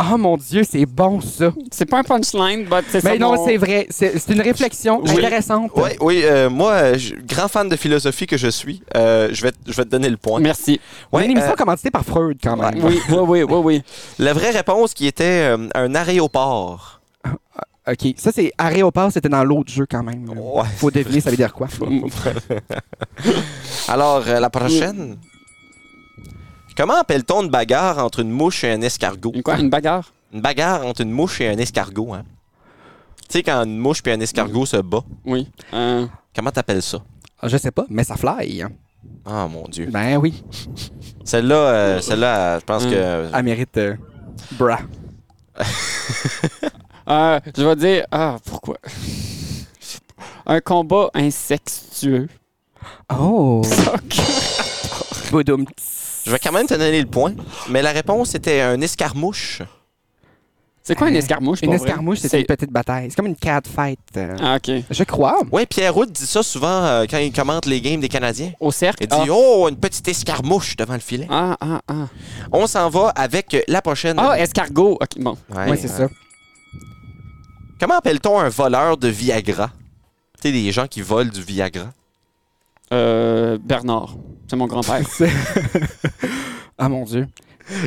S2: Ah mon Dieu, c'est bon ça.
S3: C'est pas un punchline, but c'est ça.
S2: Mais non,
S3: mon-
S2: c'est vrai. C'est c'est une réflexion
S1: Oui.
S2: intéressante.
S1: Oui, oui, euh, moi, euh, je- grand fan de philosophie que je suis, euh, je, vais te- je vais te donner le point.
S3: Merci.
S2: On a
S1: Ouais,
S2: une émission
S1: euh,
S2: commanditée par Freud quand même.
S3: Oui, oui, oui, oui, oui.
S1: la vraie réponse qui était euh, un aéroport.
S2: OK. Ça, c'est Aréoport, c'était dans l'autre jeu quand même. là.
S1: Ouais.
S2: Faut deviner, ça veut dire quoi?
S1: Alors, euh, la prochaine. Comment appelle-t-on une bagarre entre une mouche et un escargot?
S3: Une quoi? Une bagarre?
S1: Une bagarre entre une mouche et un escargot, hein? Tu sais, quand une mouche puis un escargot se bat,
S3: Oui. Euh,
S1: comment t'appelles ça?
S2: Je sais pas, mais ça fly.
S1: Ah, mon Dieu.
S2: Ben oui,
S1: Celle-là, euh, celle-là, euh, je pense que...
S2: elle mérite. euh, bra.
S3: Euh, je vais dire, ah, pourquoi? Un combat insectueux.
S2: <laughs> Oh! Boudoum.
S1: Je vais quand même te donner le point, mais la réponse était un escarmouche.
S3: C'est quoi un escarmouche?
S2: Hein? Une
S3: pour vrai?
S2: escarmouche, c'est une petite bataille. C'est comme une cat fight. euh.
S3: Ah, OK.
S2: Je crois.
S1: Ouais, Pierre Roux dit ça souvent euh, quand il commente les games des Canadiens.
S3: Au cercle?
S1: Il
S2: Ah.
S1: dit Oh, une petite escarmouche devant le filet.
S3: Ah, ah, ah.
S1: On s'en va avec euh, la prochaine.
S3: Ah, escargot. OK, bon.
S1: Ouais,
S2: Ouais, c'est
S1: euh,
S2: ça. <laughs>
S1: Comment appelle-t-on un voleur de Viagra Tu sais, les gens qui volent du Viagra.
S3: Euh, Bernard. C'est mon
S2: <laughs>
S3: grand-père.
S2: Ah mon Dieu.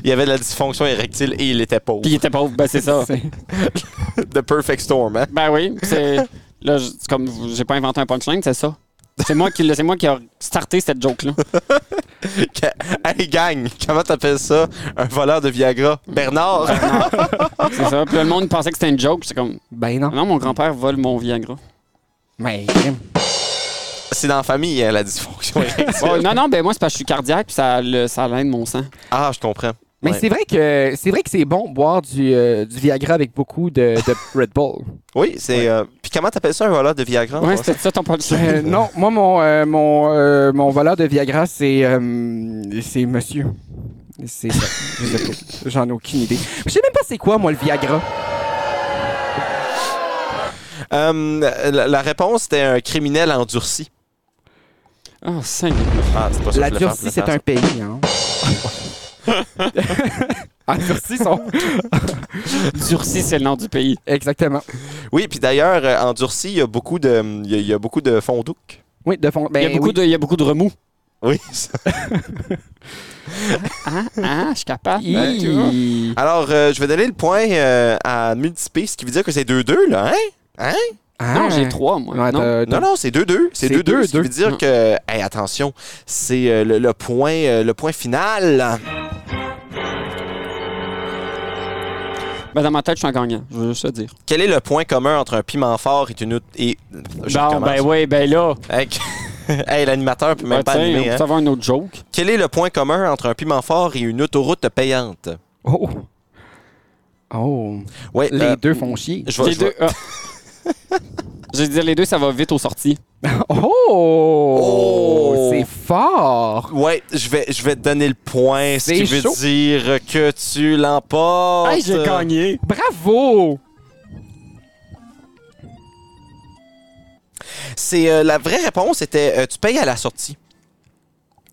S1: Il y avait de la dysfonction érectile et il était pauvre.
S3: Puis il était pauvre, ben c'est ça.
S2: C'est-
S1: The Perfect Storm, hein? <laughs>
S3: Ben oui, c'est... Là, je- c'est comme vous- j'ai pas inventé un punchline, c'est ça. C'est moi qui, l'ai- c'est moi qui a starté cette joke-là.
S1: Que- Hey, gang, comment t'appelles ça? Un voleur de Viagra? Bernard?
S2: Ah.
S3: C'est ça. Puis là, le monde pensait que c'était une joke. C'est comme,
S2: Ben non.
S3: non, mon grand-père vole mon Viagra.
S2: Mais
S1: C'est dans la famille, hein, la dysfonction érectile.
S3: Oh, non, non, ben moi, c'est parce que je suis cardiaque, puis ça, le, ça l'aide mon sang.
S1: Ah, je comprends.
S2: mais
S1: Ouais.
S2: c'est vrai que c'est vrai que c'est bon boire du, euh, du Viagra avec beaucoup de, de Red Bull.
S1: Oui, c'est. euh, Puis comment t'appelles Ah, ça un voleur de Viagra? en
S3: Ouais,
S1: français?
S3: c'était ça ton punchline.
S2: Euh, non, moi mon euh, mon euh, mon voleur de Viagra c'est euh, c'est Monsieur. C'est ça. Je sais pas. J'en ai aucune idée. Je sais même pas c'est quoi moi le Viagra.
S1: Euh, la, la réponse c'était un criminel endurci.
S3: Ah, c'est
S1: Ah, c'est pas ça que
S2: La
S1: je voulais faire,
S2: Turquie
S1: je voulais
S2: c'est un
S1: faire
S2: pays. Hein. ah, Turquie sont
S3: Durci, c'est le nom du pays.
S2: exactement.
S1: ça. Oui, puis d'ailleurs, euh, endurci, il y a beaucoup de, il y a- il y a beaucoup de fondouques.
S2: Oui, de fond.
S3: Il y, a
S2: ben
S3: beaucoup
S2: oui.
S3: de, il y a beaucoup de remous.
S1: Oui. ça-
S3: Ah, ah, je suis capable. Ben, tu vois.
S2: Hi.
S1: <laughs> Alors, euh, je vais donner le point euh, à Multipi, ce qui veut dire que c'est 2-2, là, hein?
S2: Ah.
S3: Non, j'ai trois, moi.
S2: Ouais,
S3: non.
S2: t'as-
S1: Non, non, c'est 2-2. C'est
S2: C'est
S1: 2-2. Ce qui
S2: 2-2.
S1: veut dire
S3: Non.
S1: que, hey, attention, c'est euh, le, le point, euh, le point final.
S3: Ben, dans ma tête, je suis un gagnant. Je veux juste te dire.
S1: Quel est le point commun entre un piment fort et une autre. Et... Je
S3: bon,
S1: recommence.
S3: ben oui, ben là.
S1: Hey, <laughs> hey, l'animateur peut même
S3: Ben,
S1: pas
S3: tiens,
S1: animer.
S3: on
S1: hein.
S3: peut avoir un autre joke.
S1: Quel est le point commun entre un piment fort et une autoroute payante?
S2: Oh. Oh.
S1: Ouais,
S2: Les
S1: euh,
S2: deux font chier.
S1: je vais-
S3: Les
S1: je vais- <laughs>
S3: deux. ah. Je veux dire, les deux, ça va vite aux sorties.
S2: Oh! C'est fort!
S1: Ouais, je vais, je vais te donner le point, ce
S2: C'est
S1: qui veut
S2: chaud.
S1: dire que tu l'emportes.
S3: gagné.
S2: Bravo!
S1: C'est euh, la vraie réponse était euh, tu payes à la sortie.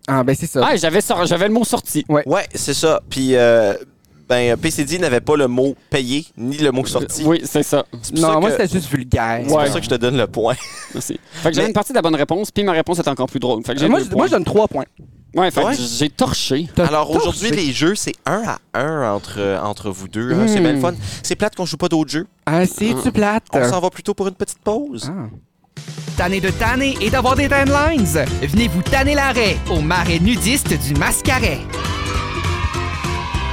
S2: Ah, ben c'est ça.
S3: Ah, j'avais sor- j'avais le mot sorti.
S1: Ouais, c'est ça. Puis euh, ben PCD n'avait pas le mot payer ni le mot sortie.
S3: Oui, c'est ça.
S1: C'est pour ça
S2: Euh, non, moi
S1: que-
S2: c'était juste vulgaire.
S1: c'est pour
S3: Ouais.
S1: ça que je te donne le point.
S3: Merci. Fait que j'avais
S1: Mais-
S3: une partie de la bonne réponse, puis ma réponse est encore plus drôle. Fait que j'ai
S2: Euh, Moi,
S3: deux
S2: je,
S3: points.
S2: moi, je donne trois points.
S3: Ouais, fait que
S1: Ouais.
S3: j'ai torché.
S2: T'as
S1: Alors
S2: torché.
S1: aujourd'hui les jeux c'est un à un entre euh, entre vous deux. hein. C'est
S2: Hmm.
S1: bien le fun. C'est plate qu'on joue pas d'autres jeux.
S2: Ah, c'est-tu plate?
S1: Hmm. On s'en va plutôt pour une petite pause.
S2: Ah.
S5: Tanné de tanner et d'avoir des timelines. Venez vous tanner l'arrêt au marais nudiste du Mascaret.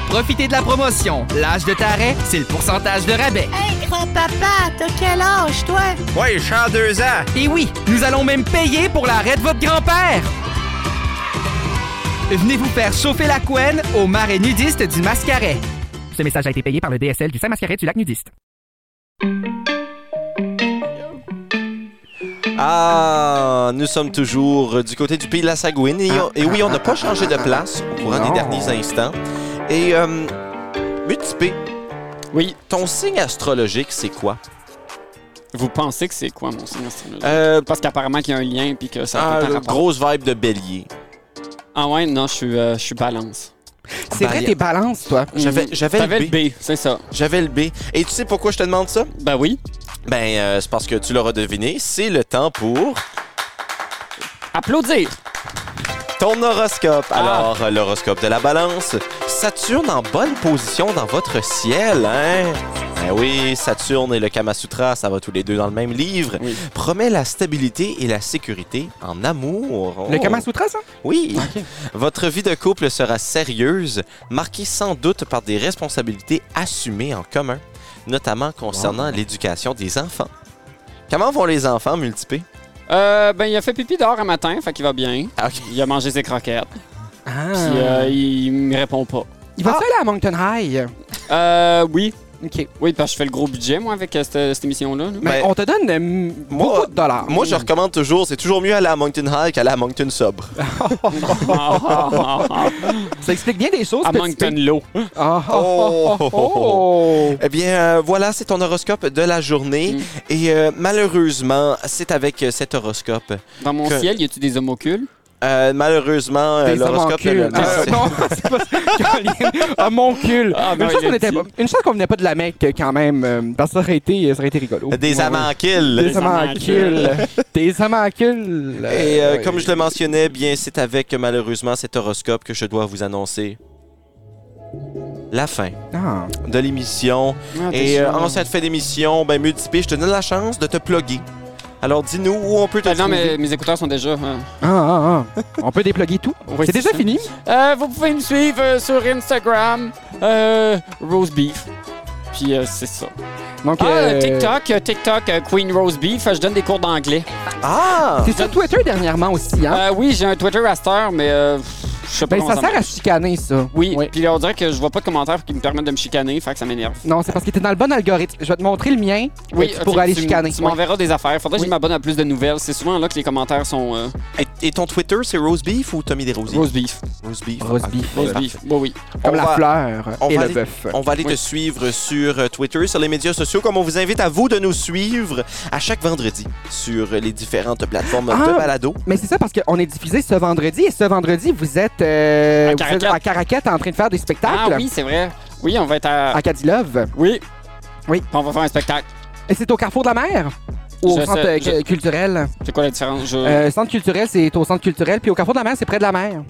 S5: Profitez de la promotion. L'âge de ta raie, c'est le pourcentage de rabais.
S11: Grand-papa, Eh, t'as quel âge, toi?
S6: Ouais, je suis deux ans.
S5: Et oui, nous allons même payer pour l'arrêt de votre grand-père. Venez vous faire chauffer la couenne au marais nudiste du Mascaret. Ce message a été payé par le DSL du Saint-Mascaret du lac nudiste.
S1: Ah, nous sommes toujours euh, du côté du pays de la Sagouine. Et, on- et oui, on n'a pas changé de place au courant des
S2: Non.
S1: derniers instants. Et, euh, Multipé,
S3: Oui.
S1: ton signe astrologique, c'est quoi?
S3: Vous pensez que c'est quoi mon signe astrologique?
S1: Euh,
S3: Parce qu'apparemment qu'il y a un lien, puis que ça a
S1: ah,
S3: peut-être un rapport.
S1: grosse vibe de bélier.
S3: Ah ouais, non, je suis, euh, je suis balance.
S2: C'est
S1: Bah,
S2: vrai, t'es balance, toi.
S1: J'avais,
S3: Mhm.
S1: j'avais
S3: T'avais
S1: le B.
S3: c'est ça.
S1: J'avais le B. Et tu sais pourquoi je te demande ça?
S3: Ben oui.
S1: Ben, euh, c'est parce que tu l'auras deviné. C'est le temps pour
S3: Applaudir!
S1: ton horoscope.
S3: Ah.
S1: Alors, euh, l'horoscope de la balance. Saturne en bonne position dans votre ciel, hein? Ben oui, Saturne et le Kama Sutra, ça va tous les deux dans le même livre.
S3: Oui.
S1: promet la stabilité et la sécurité en amour. Oh.
S2: Le Kama Sutra, ça?
S1: Oui. Votre vie de couple sera sérieuse, marquée sans doute par des responsabilités assumées en commun. notamment concernant l'éducation des enfants. Comment vont les enfants multiples?
S3: Euh, ben, il a fait pipi dehors un matin, fait qu'il va bien. Il a mangé ses croquettes. Puis
S2: Ah.
S1: Ah.
S3: euh, il me répond pas.
S2: Il
S1: euh,
S2: va aller à Moncton High? Ben,
S3: Euh, oui.
S2: OK.
S3: Oui, parce que je fais le gros budget, moi, avec euh, cette, cette émission-là. là.
S1: Ben, on te
S2: donne
S1: beaucoup de dollars. Moi, je recommande toujours, c'est toujours mieux aller à Moncton High qu'aller à Moncton sobre.
S3: Ah,
S1: <laughs>
S2: Ça explique bien des choses.
S1: À
S2: petit
S1: Moncton
S2: P.
S1: Low.
S2: Ah, oh, oh, <laughs> oh, oh.
S1: Eh bien, euh, voilà, c'est ton horoscope de la journée.
S2: Mm.
S1: Et euh, malheureusement, c'est avec euh, cet horoscope.
S3: Dans mon
S1: que-
S3: ciel, y a-tu des homocules?
S1: Euh, malheureusement, euh,
S3: Des
S1: l'horoscope de
S3: homoncules.
S1: lundi,
S3: Ah,
S1: c'est-
S2: Non, c'est pas <laughs> Caroline. Ah, mon cul.
S3: Ah,
S2: une,
S3: non,
S2: chose
S3: il
S2: qu'on
S3: a
S2: était
S3: dit.
S2: pas- une chose qu'on venait pas de la Mecque, quand même. euh, Parce que ça aurait été, ça aurait été rigolo.
S1: <laughs> Des
S2: Ouais, ouais.
S1: amancules.
S2: Des amancules. Des amancules.
S1: Et euh,
S2: Ouais.
S1: comme je le mentionnais, bien, c'est avec euh, malheureusement cet horoscope que je dois vous annoncer la fin
S2: Ah.
S1: de l'émission.
S2: Ah, t'es
S1: Et euh,
S2: sûr.
S1: en cette fin d'émission, ben, Multipé, je te donne la chance de te plugger. Alors, dis-nous où on peut te
S3: Ben non,
S1: trouver.
S3: mais mes écouteurs sont déjà. hein.
S2: Ah, ah, ah. On peut déploguer tout.
S3: Oui,
S2: c'est déjà
S3: ça.
S2: fini.
S3: Euh, vous pouvez me suivre euh, sur Instagram, euh, Rose Beef. Puis euh, c'est ça.
S2: Donc,
S3: ah,
S2: euh,
S3: TikTok, euh, TikTok, euh, Queen Rose Beef. euh, Je donne des cours d'anglais.
S1: Ah!
S2: C'est sur Twitter dernièrement aussi, hein?
S3: Euh, oui, j'ai un Twitter à cette heure, mais euh, je sais pas
S2: ben,
S3: comment
S2: ça
S3: ça
S2: sert à
S3: marche.
S2: chicaner, ça.
S3: Oui, puis on dirait que je vois pas de commentaires qui me permettent de me chicaner, fait que ça m'énerve.
S2: Non, c'est parce que t'es dans le bon algorithme. Je vais te montrer le mien
S3: Oui,
S2: euh,
S3: ok,
S2: pour aller
S3: tu m-
S2: chicaner.
S3: Tu
S2: Ouais.
S3: m'enverras des affaires. Faudrait que
S2: Oui.
S3: je m'abonne à plus de nouvelles. C'est souvent là que les commentaires sont. euh,
S1: Et, et ton Twitter, c'est Rosebeef ou Tommy Desrosiers?
S3: Rosebeef.
S1: Rosebeef.
S2: Roast
S1: Ah,
S2: beef.
S1: parfait.
S3: Rose Beef. Oui, oui.
S2: Comme
S1: On
S2: la
S1: va-
S2: fleur
S1: On
S2: et
S1: va
S2: le
S1: aller-
S2: bœuf.
S1: On va aller
S3: Oui.
S1: te suivre sur euh, Twitter, sur les médias sociaux, comme on vous invite à vous de nous suivre à chaque vendredi sur les différentes plateformes de
S2: Ah!
S1: balado.
S2: Mais c'est ça parce qu'on est diffusé ce vendredi et ce vendredi, vous êtes, euh,
S3: À
S2: vous êtes
S3: Caracat.
S2: à Caracat en train de faire des
S3: Ah
S2: spectacles
S3: oui, c'est vrai. Oui, on va être à.
S2: à Cadilove.
S3: Oui.
S2: Ah. Oui.
S3: Puis on va faire un spectacle.
S2: Et c'est au Carrefour de la Mer ou au
S3: Je
S2: centre
S3: sais,
S2: euh,
S3: je-
S2: culturel?
S3: C'est quoi la différence? Je-
S2: Euh, centre culturel, c'est au centre culturel, puis au Carrefour de la Mer, c'est près de la mer.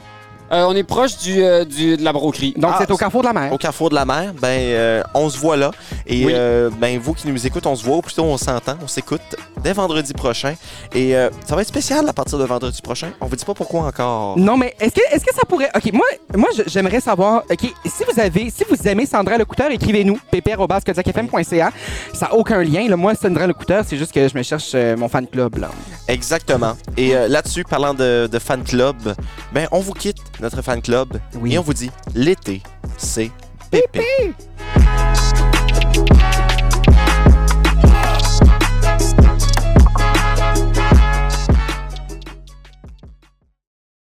S3: Euh, on est proche du, euh, du- de la broquerie.
S2: Donc
S1: Ah,
S2: c'est au Carrefour de la Mer.
S1: Au carrefour de la mer, ben euh, on se voit là. Et
S3: Oui.
S1: euh, ben vous qui nous écoutez, on se voit, ou plutôt on s'entend, on s'écoute dès vendredi prochain. Et euh, ça va être spécial à partir de vendredi prochain. On vous dit pas pourquoi encore.
S2: Non, mais est-ce que, est-ce que ça pourrait. OK, moi, moi je- j'aimerais savoir. OK, si vous avez, si vous aimez Sandra Lecouteur, écrivez-nous. pp.kodiakfm.ca. Ça n'a aucun lien. Là. Moi, Sandra Lecouteur, c'est juste que je me cherche euh, mon fan club. Là.
S1: Exactement. Et euh, là-dessus, parlant de, de fan club, ben on vous quitte notre fan club
S2: Oui.
S1: et on vous dit l'été, c'est pépé.